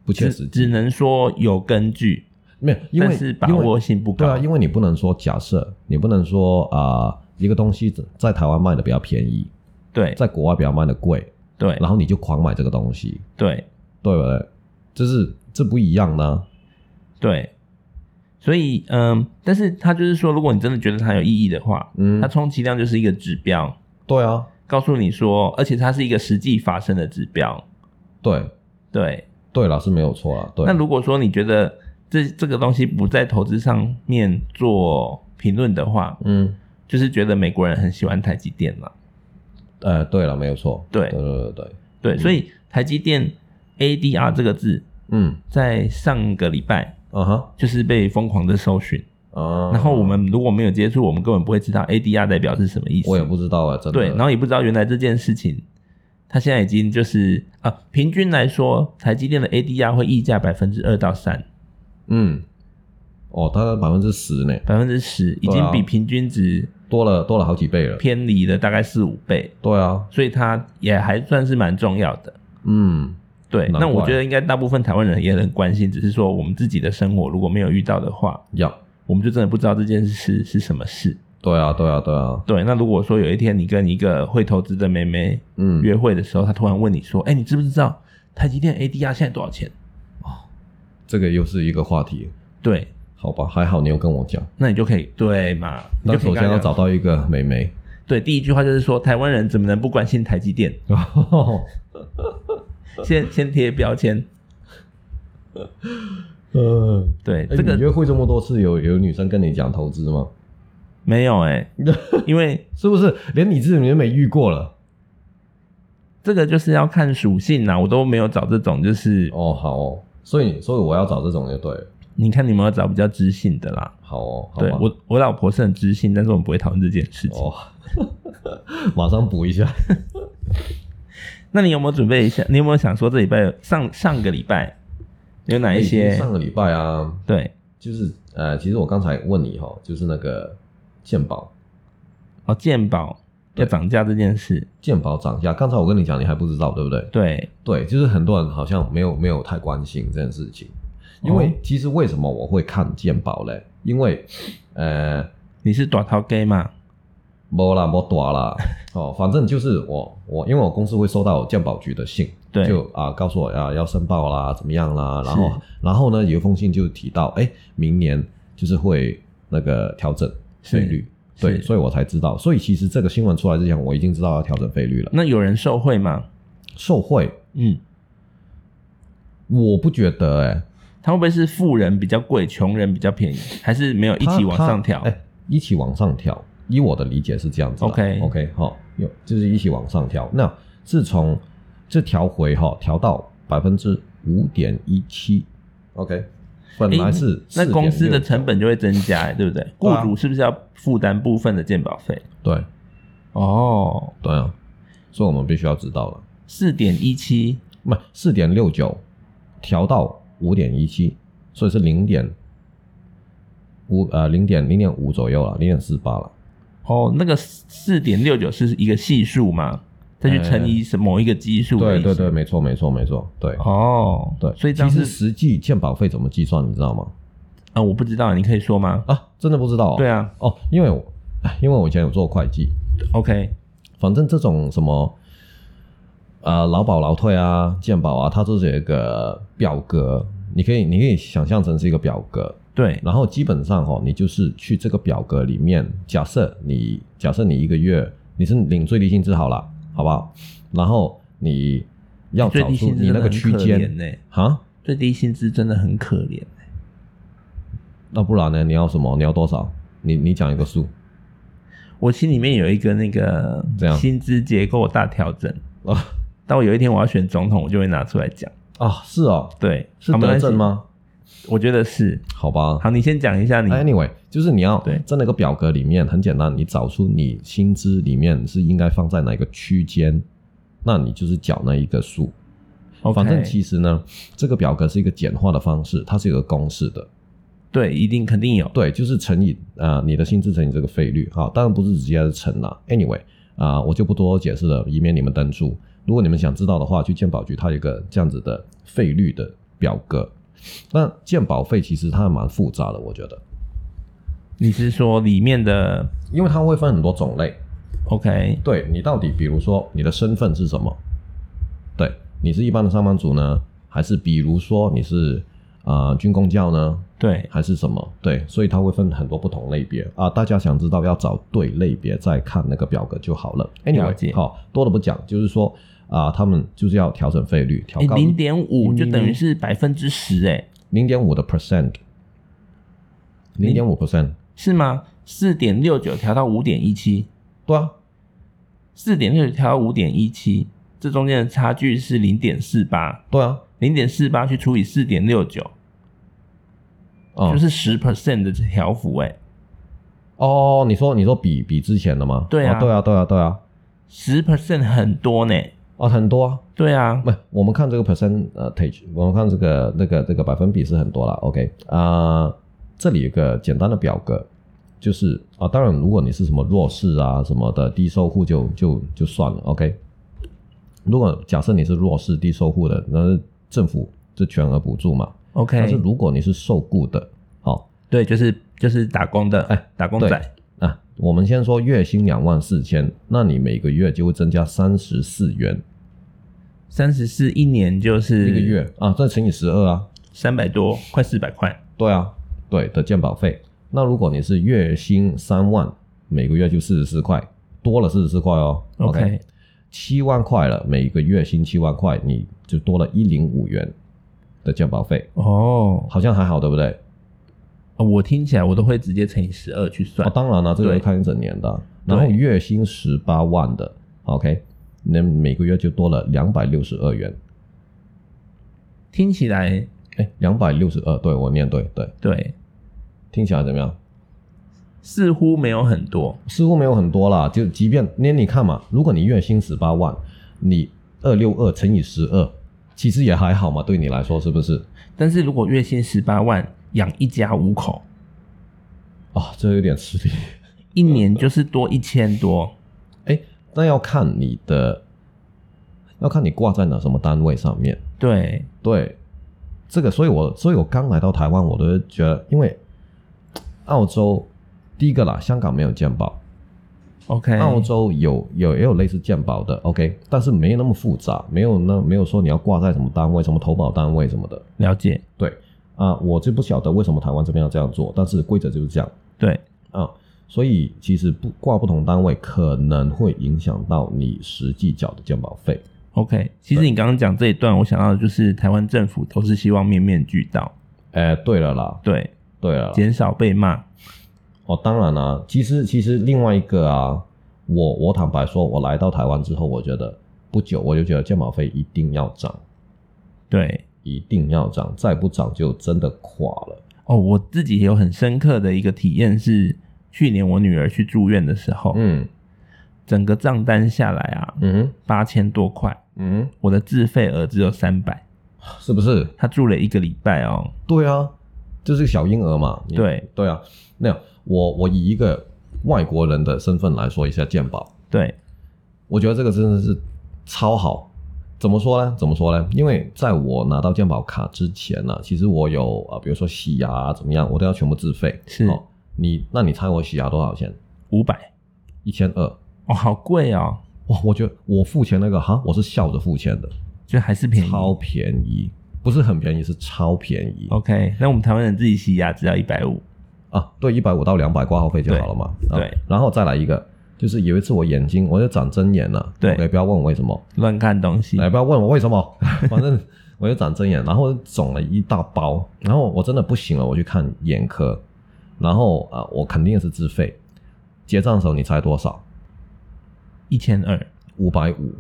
Speaker 2: 不切
Speaker 1: 只
Speaker 2: 实
Speaker 1: 只
Speaker 2: 际，
Speaker 1: 能说有根据，
Speaker 2: 没有，因
Speaker 1: 但
Speaker 2: 为
Speaker 1: 是把
Speaker 2: 因为
Speaker 1: 握性不
Speaker 2: 对啊，
Speaker 1: 高，
Speaker 2: 因为你不能说假设，你不能说啊、一个东西在台湾卖的比较便宜，
Speaker 1: 对
Speaker 2: 在国外比较卖的贵，
Speaker 1: 对
Speaker 2: 然后你就狂买这个东西，
Speaker 1: 对
Speaker 2: 对不对？就是这不一样呢。
Speaker 1: 对，所以嗯，但是他就是说，如果你真的觉得它有意义的话，
Speaker 2: 嗯
Speaker 1: 它，充其量就是一个指标。
Speaker 2: 对啊，
Speaker 1: 告诉你说，而且它是一个实际发生的指标。
Speaker 2: 对
Speaker 1: 对，
Speaker 2: 对了，是没有错了。对，
Speaker 1: 那如果说你觉得这这个东西不在投资上面做评论的话，
Speaker 2: 嗯，
Speaker 1: 就是觉得美国人很喜欢台积电嘛。
Speaker 2: 呃，对了，没有错。
Speaker 1: 对
Speaker 2: 对对对对，
Speaker 1: 对，
Speaker 2: 嗯
Speaker 1: 所以台积电 ADR 这个字
Speaker 2: 嗯，
Speaker 1: 在上个礼拜
Speaker 2: 啊哈，
Speaker 1: 就是被疯狂的搜寻，
Speaker 2: 啊，
Speaker 1: 然后我们如果没有接触，我们根本不会知道 ADR 代表是什么意思。
Speaker 2: 我也不知道啊，真的。
Speaker 1: 对，然后也不知道原来这件事情，它现在已经就是啊，平均来说，台积电的 ADR 会溢价百分之二到三，
Speaker 2: 嗯，哦，它百分之十呢，
Speaker 1: 百分之十，已
Speaker 2: 对
Speaker 1: 经
Speaker 2: 啊
Speaker 1: 比平均值
Speaker 2: 多了多了好几倍了。
Speaker 1: 偏离了大概四五倍，
Speaker 2: 对啊，
Speaker 1: 所以它也还算是蛮重要的。
Speaker 2: 嗯，
Speaker 1: 对，
Speaker 2: 难
Speaker 1: 那我
Speaker 2: 怪
Speaker 1: 觉得应该大部分台湾人也很关心，只是说我们自己的生活如果没有遇到的话，
Speaker 2: 要，
Speaker 1: 我们就真的不知道这件事是什么事。
Speaker 2: 对啊，对啊，对啊，
Speaker 1: 对，那如果说有一天你跟一个会投资的妹妹
Speaker 2: 嗯，
Speaker 1: 约会的时候，她突然问你说：“哎、你知不知道台积电 ADR 现在多少钱
Speaker 2: 这个又是一个话题，？”
Speaker 1: 对，
Speaker 2: 好吧，还好你有跟我讲。
Speaker 1: 那你就可以对嘛？你
Speaker 2: 但
Speaker 1: 就可以
Speaker 2: 首
Speaker 1: 跟
Speaker 2: 先
Speaker 1: 他
Speaker 2: 要
Speaker 1: 讲
Speaker 2: 找到一个
Speaker 1: (laughs)
Speaker 2: 美眉，
Speaker 1: 对第一句话就是说，台湾人怎么能不关心台积电？先先贴标签。
Speaker 2: 嗯，
Speaker 1: 对，
Speaker 2: 哎
Speaker 1: 这个
Speaker 2: 你约会 (laughs) 这么多次，有有女生跟你讲投资吗？
Speaker 1: 没有
Speaker 2: (laughs)
Speaker 1: 哎、因为
Speaker 2: 是不是连你自己都没遇过了？
Speaker 1: 这个就是要看属性呐、我都没有找这种，就是
Speaker 2: 哦，好哦，所以所以我要找这种就对了，
Speaker 1: 你看你有没有找比较知性的啦？
Speaker 2: 好哦，好
Speaker 1: 对
Speaker 2: 吧，
Speaker 1: 我我老婆是很知性，但是我们不会讨论这件事情。
Speaker 2: 哦， (laughs) 马上补一下。
Speaker 1: 那你有没有准备一下？你有没有想说这礼拜上上个礼拜有哪一
Speaker 2: 哎
Speaker 1: 些？
Speaker 2: 上个礼拜啊，
Speaker 1: 对
Speaker 2: 就是呃，其实我刚才问你哈，就是那个鉴宝，
Speaker 1: 哦，鉴宝要
Speaker 2: 对
Speaker 1: 涨价这件事，
Speaker 2: 鉴宝涨价，刚才我跟你讲，你还不知道对不对？
Speaker 1: 对
Speaker 2: 对，就是很多人好像没有没有太关心这件事情，因
Speaker 1: 哦
Speaker 2: 为其实为什么我会看鉴宝嘞？因为呃，
Speaker 1: 你是短逃 gay 嘛？
Speaker 2: 没啦，没大
Speaker 1: (laughs)
Speaker 2: 啦，哦，反正就是我我因为我公司会收到鉴宝局的信，
Speaker 1: 对，
Speaker 2: 就啊、告诉我啊要申报啦，怎么样啦，然后
Speaker 1: 是
Speaker 2: 然后呢有一封信就提到，哎，明年就是会那个调整
Speaker 1: 是
Speaker 2: 费率，对，
Speaker 1: 是
Speaker 2: 所以我才知道。所以其实这个新闻出来之前，我已经知道要调整费率了。
Speaker 1: 那有人受贿吗？
Speaker 2: 受贿，
Speaker 1: 嗯，
Speaker 2: 我不觉得哎、
Speaker 1: 他会不会是富人比较贵，穷人比较便宜，还是没有一起往上调？
Speaker 2: 哎、一起往上调。以我的理解是这样子的
Speaker 1: OK
Speaker 2: OK 好、有就是一起往上调。那自从这调回哈、调到百分之五点一七，OK，本来是
Speaker 1: 那
Speaker 2: 4.69
Speaker 1: 公司的成本就会增加、哎对不对？雇
Speaker 2: 对啊
Speaker 1: 主是不是要负担部分的健保费？
Speaker 2: 对
Speaker 1: 哦，
Speaker 2: 对啊，所以我们必须要知道了，
Speaker 1: 四点一七，
Speaker 2: 不四点六九调到五点一七，所以是零点五呃零点零点五左右了，零点四八了。
Speaker 1: 哦，那个四点六九是一个系数嘛？再去乘以什某一个基数的
Speaker 2: 对
Speaker 1: 意思
Speaker 2: 哎对对，没错没错没错，对、
Speaker 1: 哦，
Speaker 2: 对。
Speaker 1: 所以这
Speaker 2: 其
Speaker 1: 样
Speaker 2: 实
Speaker 1: 是
Speaker 2: 实际健保费怎么计算，你知道吗？
Speaker 1: 啊、我不知道，你可以说吗？
Speaker 2: 啊，真的不知道、哦。
Speaker 1: 对啊
Speaker 2: 哦，因为我 (laughs) 唉因为我以前有做会计，
Speaker 1: ，OK，
Speaker 2: 反正这种什么呃劳保、劳退啊、健保啊，它都是有一个表格，你可以你可以想象成是一个表格，
Speaker 1: 对，
Speaker 2: 然后基本上哦，你就是去这个表格里面，假设你假设你一个月你是领最低薪资好了，好不好？然后你要
Speaker 1: 最
Speaker 2: 找
Speaker 1: 低
Speaker 2: 出
Speaker 1: 薪资
Speaker 2: 你那个区间
Speaker 1: 呢、
Speaker 2: 啊，
Speaker 1: 最低薪资真的很可怜、
Speaker 2: 那不然呢？你要什么？你要多少？你你讲一个数。
Speaker 1: 我心里面有一个那个
Speaker 2: 怎样
Speaker 1: 薪资结构大调整，
Speaker 2: 啊
Speaker 1: 当我有一天我要选总统，我就会拿出来讲。
Speaker 2: 啊，是哦，
Speaker 1: 对，
Speaker 2: 是
Speaker 1: 好没
Speaker 2: 德
Speaker 1: 关系
Speaker 2: 政？吗？
Speaker 1: 我觉得是。
Speaker 2: 好吧
Speaker 1: 好，你先讲一下你。
Speaker 2: ，Anyway，就是哎你要
Speaker 1: 对
Speaker 2: 在那个表格里面很简单，你找出你薪资里面是应该放在哪个区间，那你就是缴那一个数。
Speaker 1: OK
Speaker 2: 哦反正其实呢，这个表格是一个简化的方式，它是有个公式的，
Speaker 1: 对，一定肯定有。
Speaker 2: 对，就是乘以啊、呃你的薪资乘以这个费率啊，当然不是直接的乘啦。Anyway 啊、我就不多解释了，以免你们登出。如果你们想知道的话，去健保局它有一个这样子的费率的表格。那健保费其实它还蛮复杂的，我觉得，
Speaker 1: 你是说里面的
Speaker 2: 因为它会分很多种类。
Speaker 1: OK？
Speaker 2: 对你到底，比如说你的身份是什么？对你是一般的上班族呢，还是比如说你是啊、呃军工教呢，
Speaker 1: 对，
Speaker 2: 还是什么？对，所以它会分很多不同类别啊。大家想知道要找对类别，再看那个表格就好了。
Speaker 1: 哎了解
Speaker 2: Anyway，好、多的不讲，就是说啊，他们就是要调整费率，调高
Speaker 1: 零点五
Speaker 2: 嗯
Speaker 1: 就等于是百分之十，哎，
Speaker 2: 零点五的 percent，零点五 percent，
Speaker 1: 是吗？四点六九调到五点一七，
Speaker 2: 对啊，
Speaker 1: 四点六调到五点一七，这中间的差距是零点四八，
Speaker 2: 对啊，
Speaker 1: 零点四八去除以四点六九，
Speaker 2: 啊、
Speaker 1: 就是十 percent 的调幅、哎，
Speaker 2: 哦，你说你说比比之前的吗？
Speaker 1: 对啊
Speaker 2: 哦对啊，对啊，对啊，
Speaker 1: 十 percent 很多呢、
Speaker 2: 啊，很多啊。
Speaker 1: 对啊，
Speaker 2: 不，我们看这个 percentage，我们看这个那个这个百分比是很多了。OK 啊、这里有个简单的表格，就是啊，当然如果你是什么弱势啊什么的低收户就就就算了。OK，如果假设你是弱势低收户的，那是政府就全额补助嘛。但是
Speaker 1: OK，
Speaker 2: 如果你是受雇的，好、
Speaker 1: 对，就是就是打工的，哎，打工仔，
Speaker 2: 啊，我们先说月薪两万四千，那你每个月就会增加三十四元
Speaker 1: 三十四一年就是
Speaker 2: 一个月啊，再乘以十二啊，
Speaker 1: 三百多，快四百块，
Speaker 2: 对啊，对的健保费。那如果你是月薪三万，每个月就四十四块，多了四十四块哦。
Speaker 1: OK
Speaker 2: 七万块了，每个月薪七万块，你就多了一零五元的健保费，
Speaker 1: 哦，
Speaker 2: 好像还好，对不对？
Speaker 1: 我听起来我都会直接乘以十二去算
Speaker 2: 哦，，当然了，这个
Speaker 1: 对
Speaker 2: 要看一整年的啊。
Speaker 1: 对
Speaker 2: 然后月薪十八万的，OK，那每个月就多了两百六十二元。
Speaker 1: 听起来
Speaker 2: 哎，两百六十二，对我念对对，
Speaker 1: 对，
Speaker 2: 听起来怎么样？
Speaker 1: 似乎没有很多，
Speaker 2: 似乎没有很多啦，就即便那你看嘛，如果你月薪十八万，你二六二乘以十二，其实也还好嘛，对你来说是不是？
Speaker 1: 但是如果月薪十八万养一家五口，
Speaker 2: 啊，这有点吃力。
Speaker 1: 一年就是多一千多，
Speaker 2: 哎，那要看你的，要看你挂在哪什么单位上面。
Speaker 1: 对，
Speaker 2: 对，这个，所以我所以我刚来到台湾，我都觉得，因为澳洲第一个啦，香港没有健保，
Speaker 1: OK，
Speaker 2: 澳洲有有也有类似健保的，OK，但是没那么复杂，没有那没有说你要挂在什么单位、什么投保单位什么的。
Speaker 1: 了解，
Speaker 2: 对啊，我就不晓得为什么台湾这边要这样做，但是规则就是这样
Speaker 1: 对，
Speaker 2: 啊。所以其实不挂不同单位可能会影响到你实际缴的健保费。
Speaker 1: OK，其实你刚刚讲这一段，我想到的就是台湾政府都是希望面面俱到，
Speaker 2: 哎，对了啦，
Speaker 1: 对，
Speaker 2: 对了啦，
Speaker 1: 减少被骂。
Speaker 2: 哦，当然啦、其实其实另外一个啊，我我坦白说，我来到台湾之后，我觉得不久我就觉得健保费一定要涨，
Speaker 1: 对，
Speaker 2: 一定要涨，再不涨就真的垮了。
Speaker 1: 哦，我自己也有很深刻的一个体验是，去年我女儿去住院的时候，
Speaker 2: 嗯
Speaker 1: 整个账单下来啊，
Speaker 2: 嗯哼
Speaker 1: 八千多块，
Speaker 2: 嗯
Speaker 1: 我的自费额只有三百，
Speaker 2: 哼，是不是？
Speaker 1: 她住了一个礼拜哦。
Speaker 2: 对啊，就是小婴儿嘛。你
Speaker 1: 对
Speaker 2: 对啊，那我我以一个外国人的身份来说一下健保，
Speaker 1: 对，
Speaker 2: 我觉得这个真的是超好。怎么说呢？怎么说呢？因为在我拿到健保卡之前呢、其实我有啊、呃比如说洗牙、啊、怎么样，我都要全部自费。
Speaker 1: 是
Speaker 2: 哦，你那你猜我洗牙多少钱？
Speaker 1: 五百
Speaker 2: 一千二。
Speaker 1: 哦，好贵哦，
Speaker 2: 哇，我觉得我付钱那个哈，我是笑着付钱的，
Speaker 1: 就还是便宜。
Speaker 2: 超便宜，不是很便宜，是超便宜。
Speaker 1: OK，那我们台湾人自己洗牙只要一百五，
Speaker 2: 啊，对，一百五到两百挂号费就好了嘛。
Speaker 1: 对
Speaker 2: 啊
Speaker 1: 对
Speaker 2: 然后再来一个，就是有一次我眼睛我就长针眼了，
Speaker 1: 对
Speaker 2: OK，不要问我为什么，哎
Speaker 1: 乱看东西。
Speaker 2: 来不要问我为什么， (laughs) 反正我就长针眼，然后肿了一大包，然后我真的不行了，我去看眼科，然后啊，我肯定是自费，结账的时候你猜多少？
Speaker 1: 一千二，
Speaker 2: 五百五，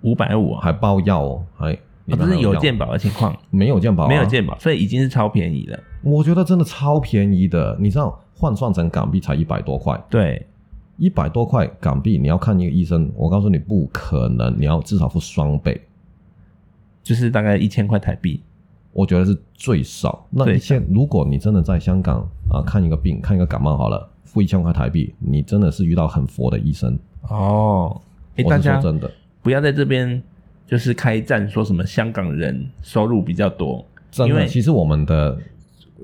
Speaker 1: 五百五啊，
Speaker 2: 还包药哦，还你
Speaker 1: 哦这
Speaker 2: 们还
Speaker 1: 是有
Speaker 2: 药
Speaker 1: 健保的情况，
Speaker 2: 没有健保、啊？
Speaker 1: 没有，健保，所以已经是超便宜了。
Speaker 2: 我觉得真的超便宜的，你知道换算成港币才一百多块。
Speaker 1: 对，
Speaker 2: 一百多块港币，你要看一个医生，我告诉你不可能，你要至少付双倍，
Speaker 1: 就是大概一千块台币。
Speaker 2: 我觉得是最少。那
Speaker 1: 最
Speaker 2: 一千，如果你真的在香港啊看一个病，看一个感冒好了，付一千块台币，你真的是遇到很佛的医生。
Speaker 1: 哦，哎，
Speaker 2: 我
Speaker 1: 大
Speaker 2: 是
Speaker 1: 家
Speaker 2: 说真的，
Speaker 1: 不要在这边就是开战，说什么香港人收入比较多，
Speaker 2: 真
Speaker 1: 因为
Speaker 2: 的，其实我们的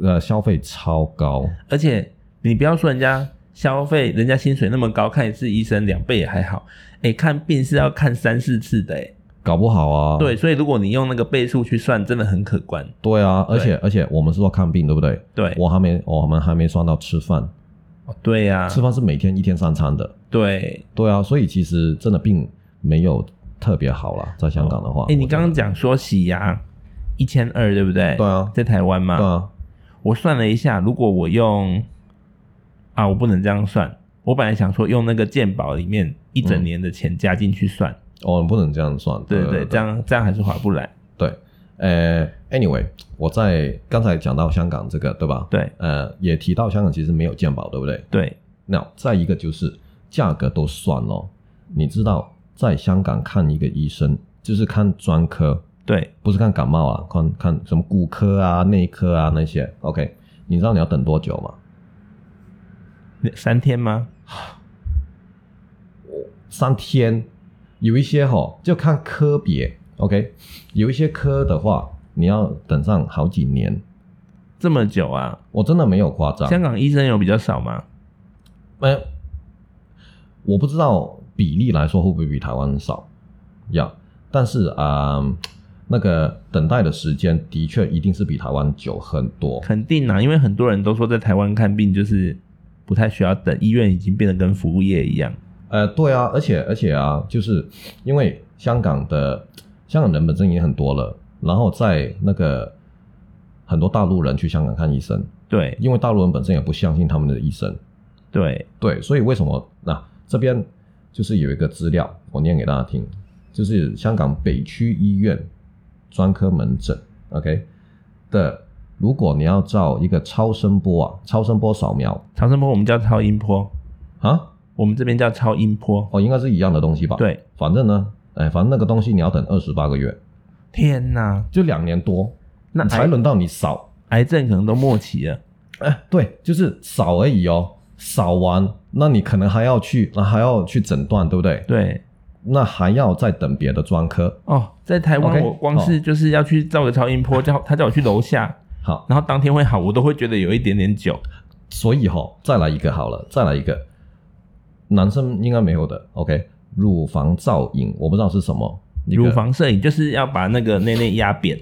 Speaker 2: 呃消费超高，
Speaker 1: 而且你不要说人家消费，人家薪水那么高，看一次医生两倍也还好，哎，看病是要看三四次的，哎，
Speaker 2: 搞不好啊。
Speaker 1: 对，所以如果你用那个倍数去算，真的很可观。
Speaker 2: 对啊，而且而且我们是说看病，对不对？
Speaker 1: 对，哦
Speaker 2: 我还没我们还没算到吃饭，
Speaker 1: 对呀，
Speaker 2: 吃饭是每天一天三餐的。
Speaker 1: 对，
Speaker 2: 对啊，所以其实真的并没有特别好啦，在香港的话。
Speaker 1: 哎、你
Speaker 2: 我觉
Speaker 1: 刚
Speaker 2: 得
Speaker 1: 刚讲说洗牙一千二，对不对？
Speaker 2: 对啊
Speaker 1: 在台湾嘛。
Speaker 2: 对啊，
Speaker 1: 我算了一下，如果我用啊，我不能这样算。我本来想说用那个健保里面一整年的钱加进去算，
Speaker 2: 哦，不能这样算。
Speaker 1: 对
Speaker 2: 对
Speaker 1: 对对，这样这样还是划不来。
Speaker 2: 对。呃，anyway，我在刚才讲到香港这个，对吧？。
Speaker 1: 对
Speaker 2: 呃，也提到香港其实没有健保，对不对？
Speaker 1: 对，
Speaker 2: 那再一个就是价格都算咯，你知道在香港看一个医生，就是看专科，
Speaker 1: 对，
Speaker 2: 不是看感冒啊，看看什么骨科啊、内科啊那些。OK，你知道你要等多久吗？
Speaker 1: 三天吗？
Speaker 2: 三天，有一些哈、就看科别，OK，有一些科的话，你要等上好几年，
Speaker 1: 这么久啊？
Speaker 2: 我真的没有夸张。
Speaker 1: 香港医生有比较少吗？
Speaker 2: 呃，我不知道比例来说会不会比台湾少，呀、但是啊、嗯那个等待的时间的确一定是比台湾久很多。
Speaker 1: 肯定啊，因为很多人都说在台湾看病就是不太需要等，医院已经变得跟服务业一样。
Speaker 2: 呃，对啊，而且而且啊，就是因为香港的香港人本身已经很多了，然后在那个很多大陆人去香港看医生，
Speaker 1: 对
Speaker 2: 因为大陆人本身也不相信他们的医生，
Speaker 1: 对，
Speaker 2: 对，所以为什么那、这边就是有一个资料，我念给大家听，就是香港北区医院专科门诊，OK 的，如果你要照一个超声波啊，超声波扫描
Speaker 1: 长生坡我们叫超音波，
Speaker 2: 啊，
Speaker 1: 我们这边叫超音波。
Speaker 2: 哦，应该是一样的东西吧？，
Speaker 1: 对，
Speaker 2: 反正呢，哎，反正那个东西你要等二十八个月，
Speaker 1: 天哪，
Speaker 2: 就两年多，
Speaker 1: 那
Speaker 2: 才
Speaker 1: 癌
Speaker 2: 轮到你扫，
Speaker 1: 癌症可能都末期了。
Speaker 2: 哎，对，就是扫而已哦，扫完，那你可能还要去，还要去诊断，对不对？
Speaker 1: 对，
Speaker 2: 那还要再等别的专科。
Speaker 1: 哦，在台湾
Speaker 2: OK，哦
Speaker 1: 我光是就是要去照个超音波，叫他叫我去楼下，
Speaker 2: 好，
Speaker 1: 然后当天会好，我都会觉得有一点点久。
Speaker 2: 所以哈、再来一个好了，再来一个，男生应该没有的。OK，乳房造影，我不知道是什么。一个
Speaker 1: 乳房摄影就是要把那个内内压扁，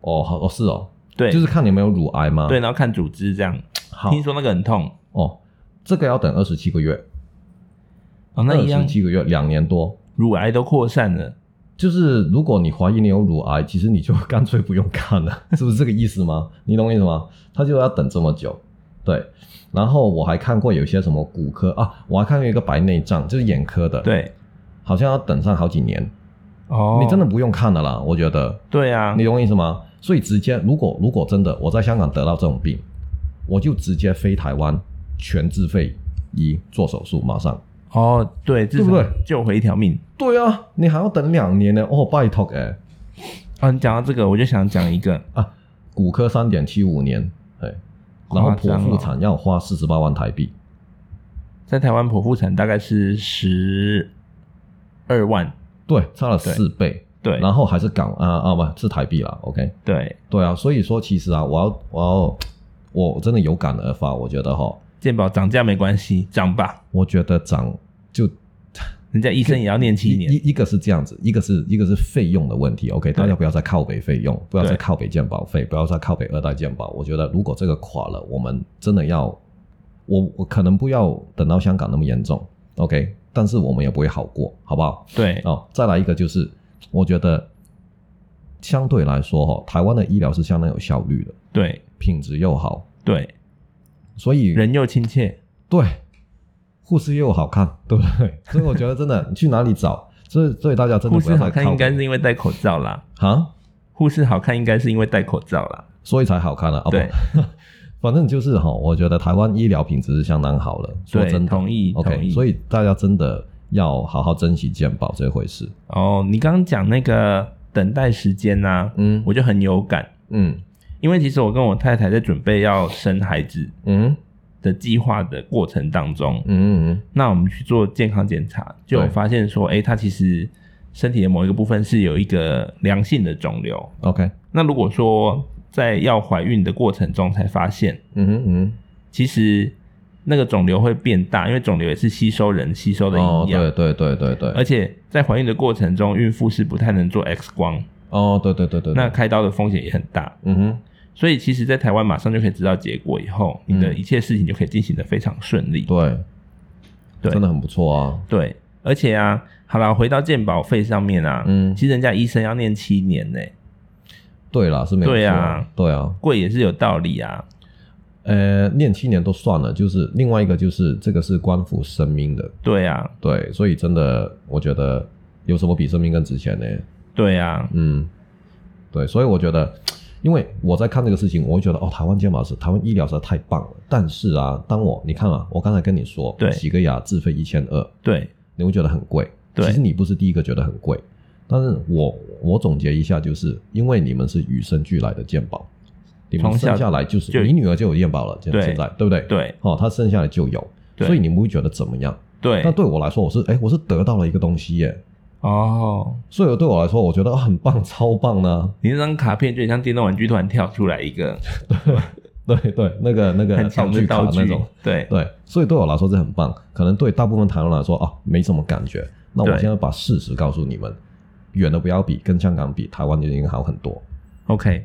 Speaker 2: 哦，好哦是哦，
Speaker 1: 对，
Speaker 2: 就是看你有没有乳癌吗？
Speaker 1: 对，，然后看组织这样。
Speaker 2: 好
Speaker 1: 听说那个很痛，
Speaker 2: 哦，这个要等二十七个月，
Speaker 1: 哦，那
Speaker 2: 二
Speaker 1: 一样
Speaker 2: 十，七个月两年多。
Speaker 1: 乳癌都扩散了，
Speaker 2: 就是如果你怀疑你有乳癌，其实你就干脆不用看了， (laughs) 是不是这个意思吗？你懂我意思吗？他就要等这么久，对。然后我还看过有些什么骨科啊，我还看过一个白内障，就是眼科的，，
Speaker 1: 对，
Speaker 2: 好像要等上好几年。
Speaker 1: 哦，
Speaker 2: 你真的不用看了啦，我觉得，
Speaker 1: 对啊
Speaker 2: 你，懂我意思吗？所以直接，如果如果真的我在香港得到这种病，我就直接飞台湾，全自费医做手术，马上。
Speaker 1: 哦，对，至
Speaker 2: 对不
Speaker 1: 少
Speaker 2: 对
Speaker 1: 救回一条命。
Speaker 2: 对啊，你还要等两年呢，哦，拜托哎、
Speaker 1: 啊，你讲到这个，我就想讲一个，
Speaker 2: 啊，骨科三点七五年，哎，然后
Speaker 1: 夸张
Speaker 2: 剖
Speaker 1: 哦
Speaker 2: 腹产要花四十八万台币，
Speaker 1: 在台湾剖腹产大概是十二万，
Speaker 2: 对，差了
Speaker 1: 对
Speaker 2: 四倍，
Speaker 1: 对
Speaker 2: 然后还是港啊啊不是台币啦，OK，
Speaker 1: 对，
Speaker 2: 对啊，所以说其实啊，我要我要我真的有感而发，我觉得哈，
Speaker 1: 健保涨价没关系，涨吧，
Speaker 2: 我觉得涨就
Speaker 1: 人家医生也要念七
Speaker 2: 一
Speaker 1: 年，
Speaker 2: 一一个是这样子，一个是一个是费用的问题，OK，大家不要再靠北费用，不要再
Speaker 1: 对
Speaker 2: 靠北健保费，不要再靠北二代健保，我觉得如果这个垮了，我们真的要，我我可能不要等到香港那么严重，OK，但是我们也不会好过，好不好？
Speaker 1: 对，
Speaker 2: 哦，再来一个就是，我觉得相对来说哈、台湾的医疗是相当有效率的，
Speaker 1: 对，
Speaker 2: 品质又好，
Speaker 1: 对，
Speaker 2: 所以
Speaker 1: 人又亲切，
Speaker 2: 对，护士又好看，对不对？所以我觉得真的，你去哪里找？所以，所以大家真的
Speaker 1: 护
Speaker 2: 不
Speaker 1: 士
Speaker 2: 要
Speaker 1: 好
Speaker 2: 再
Speaker 1: 看
Speaker 2: 靠
Speaker 1: 应该
Speaker 2: 北
Speaker 1: 是因为戴口罩啦，
Speaker 2: 啊，
Speaker 1: 护士好看应该是因为戴口罩啦，
Speaker 2: 所以才好看了啊！不
Speaker 1: 对，
Speaker 2: 反正就是哈，我觉得台湾医疗品质是相当好了。说
Speaker 1: 对
Speaker 2: 真，的
Speaker 1: 同意，同
Speaker 2: ，OK，
Speaker 1: 意。
Speaker 2: 所
Speaker 1: 以
Speaker 2: 以大家真的要好好珍惜健保这回事。
Speaker 1: 哦，你刚刚讲那个等待时间呐、
Speaker 2: 嗯
Speaker 1: 我就很有感，
Speaker 2: 嗯
Speaker 1: 因为其实我跟我太太在准备要生孩子
Speaker 2: 嗯
Speaker 1: 的计划的过程当中
Speaker 2: 嗯，嗯
Speaker 1: 那我们去做健康检查，就有
Speaker 2: 对
Speaker 1: 发现说，哎、她其实身体的某一个部分是有一个良性的肿瘤。
Speaker 2: ，OK，
Speaker 1: 那如果说在要怀孕的过程中才发现，
Speaker 2: 嗯哼嗯
Speaker 1: 其实那个肿瘤会变大，因为肿瘤也是吸收人吸收
Speaker 2: 哼，
Speaker 1: 的营
Speaker 2: 哦，
Speaker 1: 养，
Speaker 2: 对对对对
Speaker 1: 而
Speaker 2: 对，
Speaker 1: 且在怀孕的过程中，孕妇是不太能做 X 光，
Speaker 2: 哦，对对对对，对
Speaker 1: 那开刀的风险也很大。
Speaker 2: 嗯哼，
Speaker 1: 所以其实，在台湾马上就可以知道结果以后，你的
Speaker 2: 嗯
Speaker 1: 一切事情就可以进行的非常顺利。
Speaker 2: 对，
Speaker 1: 对
Speaker 2: 真的很不错啊。
Speaker 1: 对，而且啊，好啦，回到健保费上面啊，
Speaker 2: 嗯
Speaker 1: 其实人家医生要念七年呢、
Speaker 2: 对啦，是没有
Speaker 1: 对
Speaker 2: 错
Speaker 1: 啊，
Speaker 2: 对啊，
Speaker 1: 贵也是有道理啊。
Speaker 2: 呃，念七年都算了，就是另外一个就是这个是关乎生命的，
Speaker 1: 对啊，
Speaker 2: 对，所以真的我觉得有什么比生命更值钱呢？
Speaker 1: 对啊，
Speaker 2: 嗯，对，所以我觉得，因为我在看这个事情，我会觉得哦，台湾健保是台湾医疗实在太棒了。但是啊，当我你看啊，我刚才跟你说，
Speaker 1: 对
Speaker 2: 洗个牙自费一千二，
Speaker 1: 对
Speaker 2: 你会觉得很贵。
Speaker 1: 对
Speaker 2: 其实你不是第一个觉得很贵，但是我我总结一下，就是因为你们是与生俱来的健保，你们
Speaker 1: 从小
Speaker 2: 生下来就是
Speaker 1: 就
Speaker 2: 你女儿就有健保了，现
Speaker 1: 对
Speaker 2: 现在对不对？，
Speaker 1: 对
Speaker 2: 哦，她生下来就有，
Speaker 1: 对
Speaker 2: 所以你们会觉得怎么样？
Speaker 1: 对
Speaker 2: 那，对我来说，我是哎，我是得到了一个东西耶，
Speaker 1: 哦，
Speaker 2: 所以对我来说，我觉得、啊很棒，超棒呢、啊
Speaker 1: 你那张卡片就很像电动玩具突然跳出来一个
Speaker 2: 对对，那个那个
Speaker 1: 很强的
Speaker 2: 道
Speaker 1: 道具，
Speaker 2: 具卡那种，
Speaker 1: 对
Speaker 2: 对，所以对我来说这很棒。可能对大部分台湾人来说啊，没什么感觉。那我
Speaker 1: 对
Speaker 2: 现在把事实告诉你们，远的不要比，跟香港比，台湾就已经好很多。
Speaker 1: ，OK，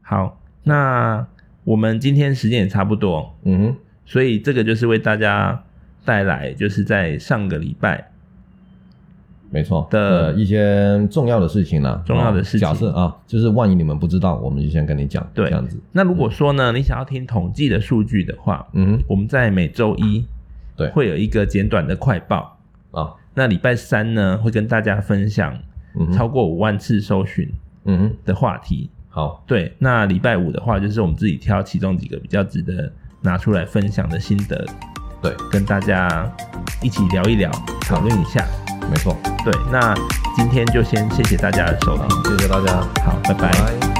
Speaker 1: 好，那我们今天时间也差不多，
Speaker 2: 嗯哼，
Speaker 1: 所以这个就是为大家带来，就是在上个礼拜
Speaker 2: 没错
Speaker 1: 的
Speaker 2: 呃一些重要的事情呢，
Speaker 1: 重要的
Speaker 2: 啊
Speaker 1: 事情
Speaker 2: 假设啊，就是万一你们不知道，我们就先跟你讲，
Speaker 1: 对
Speaker 2: 这样子。
Speaker 1: 那如果说呢，你想要听统计的数据的话，
Speaker 2: 嗯
Speaker 1: 我们在每周一
Speaker 2: 对
Speaker 1: 会有一个简短的快报。
Speaker 2: 哼啊，
Speaker 1: 那礼拜三呢，会跟大家分享
Speaker 2: 嗯
Speaker 1: 超
Speaker 2: 哼，
Speaker 1: 过五万次搜寻
Speaker 2: 嗯哼，
Speaker 1: 的话题。
Speaker 2: 好，
Speaker 1: 对，那礼拜五的话，就是我们自己挑其中几个比较值得拿出来分享的心得，
Speaker 2: 对，
Speaker 1: 跟大家一起聊一聊，讨论一下。
Speaker 2: 没错。
Speaker 1: 对，那今天就先谢谢大家的收听，
Speaker 2: 好，谢谢大家，
Speaker 1: 好，拜拜
Speaker 2: 拜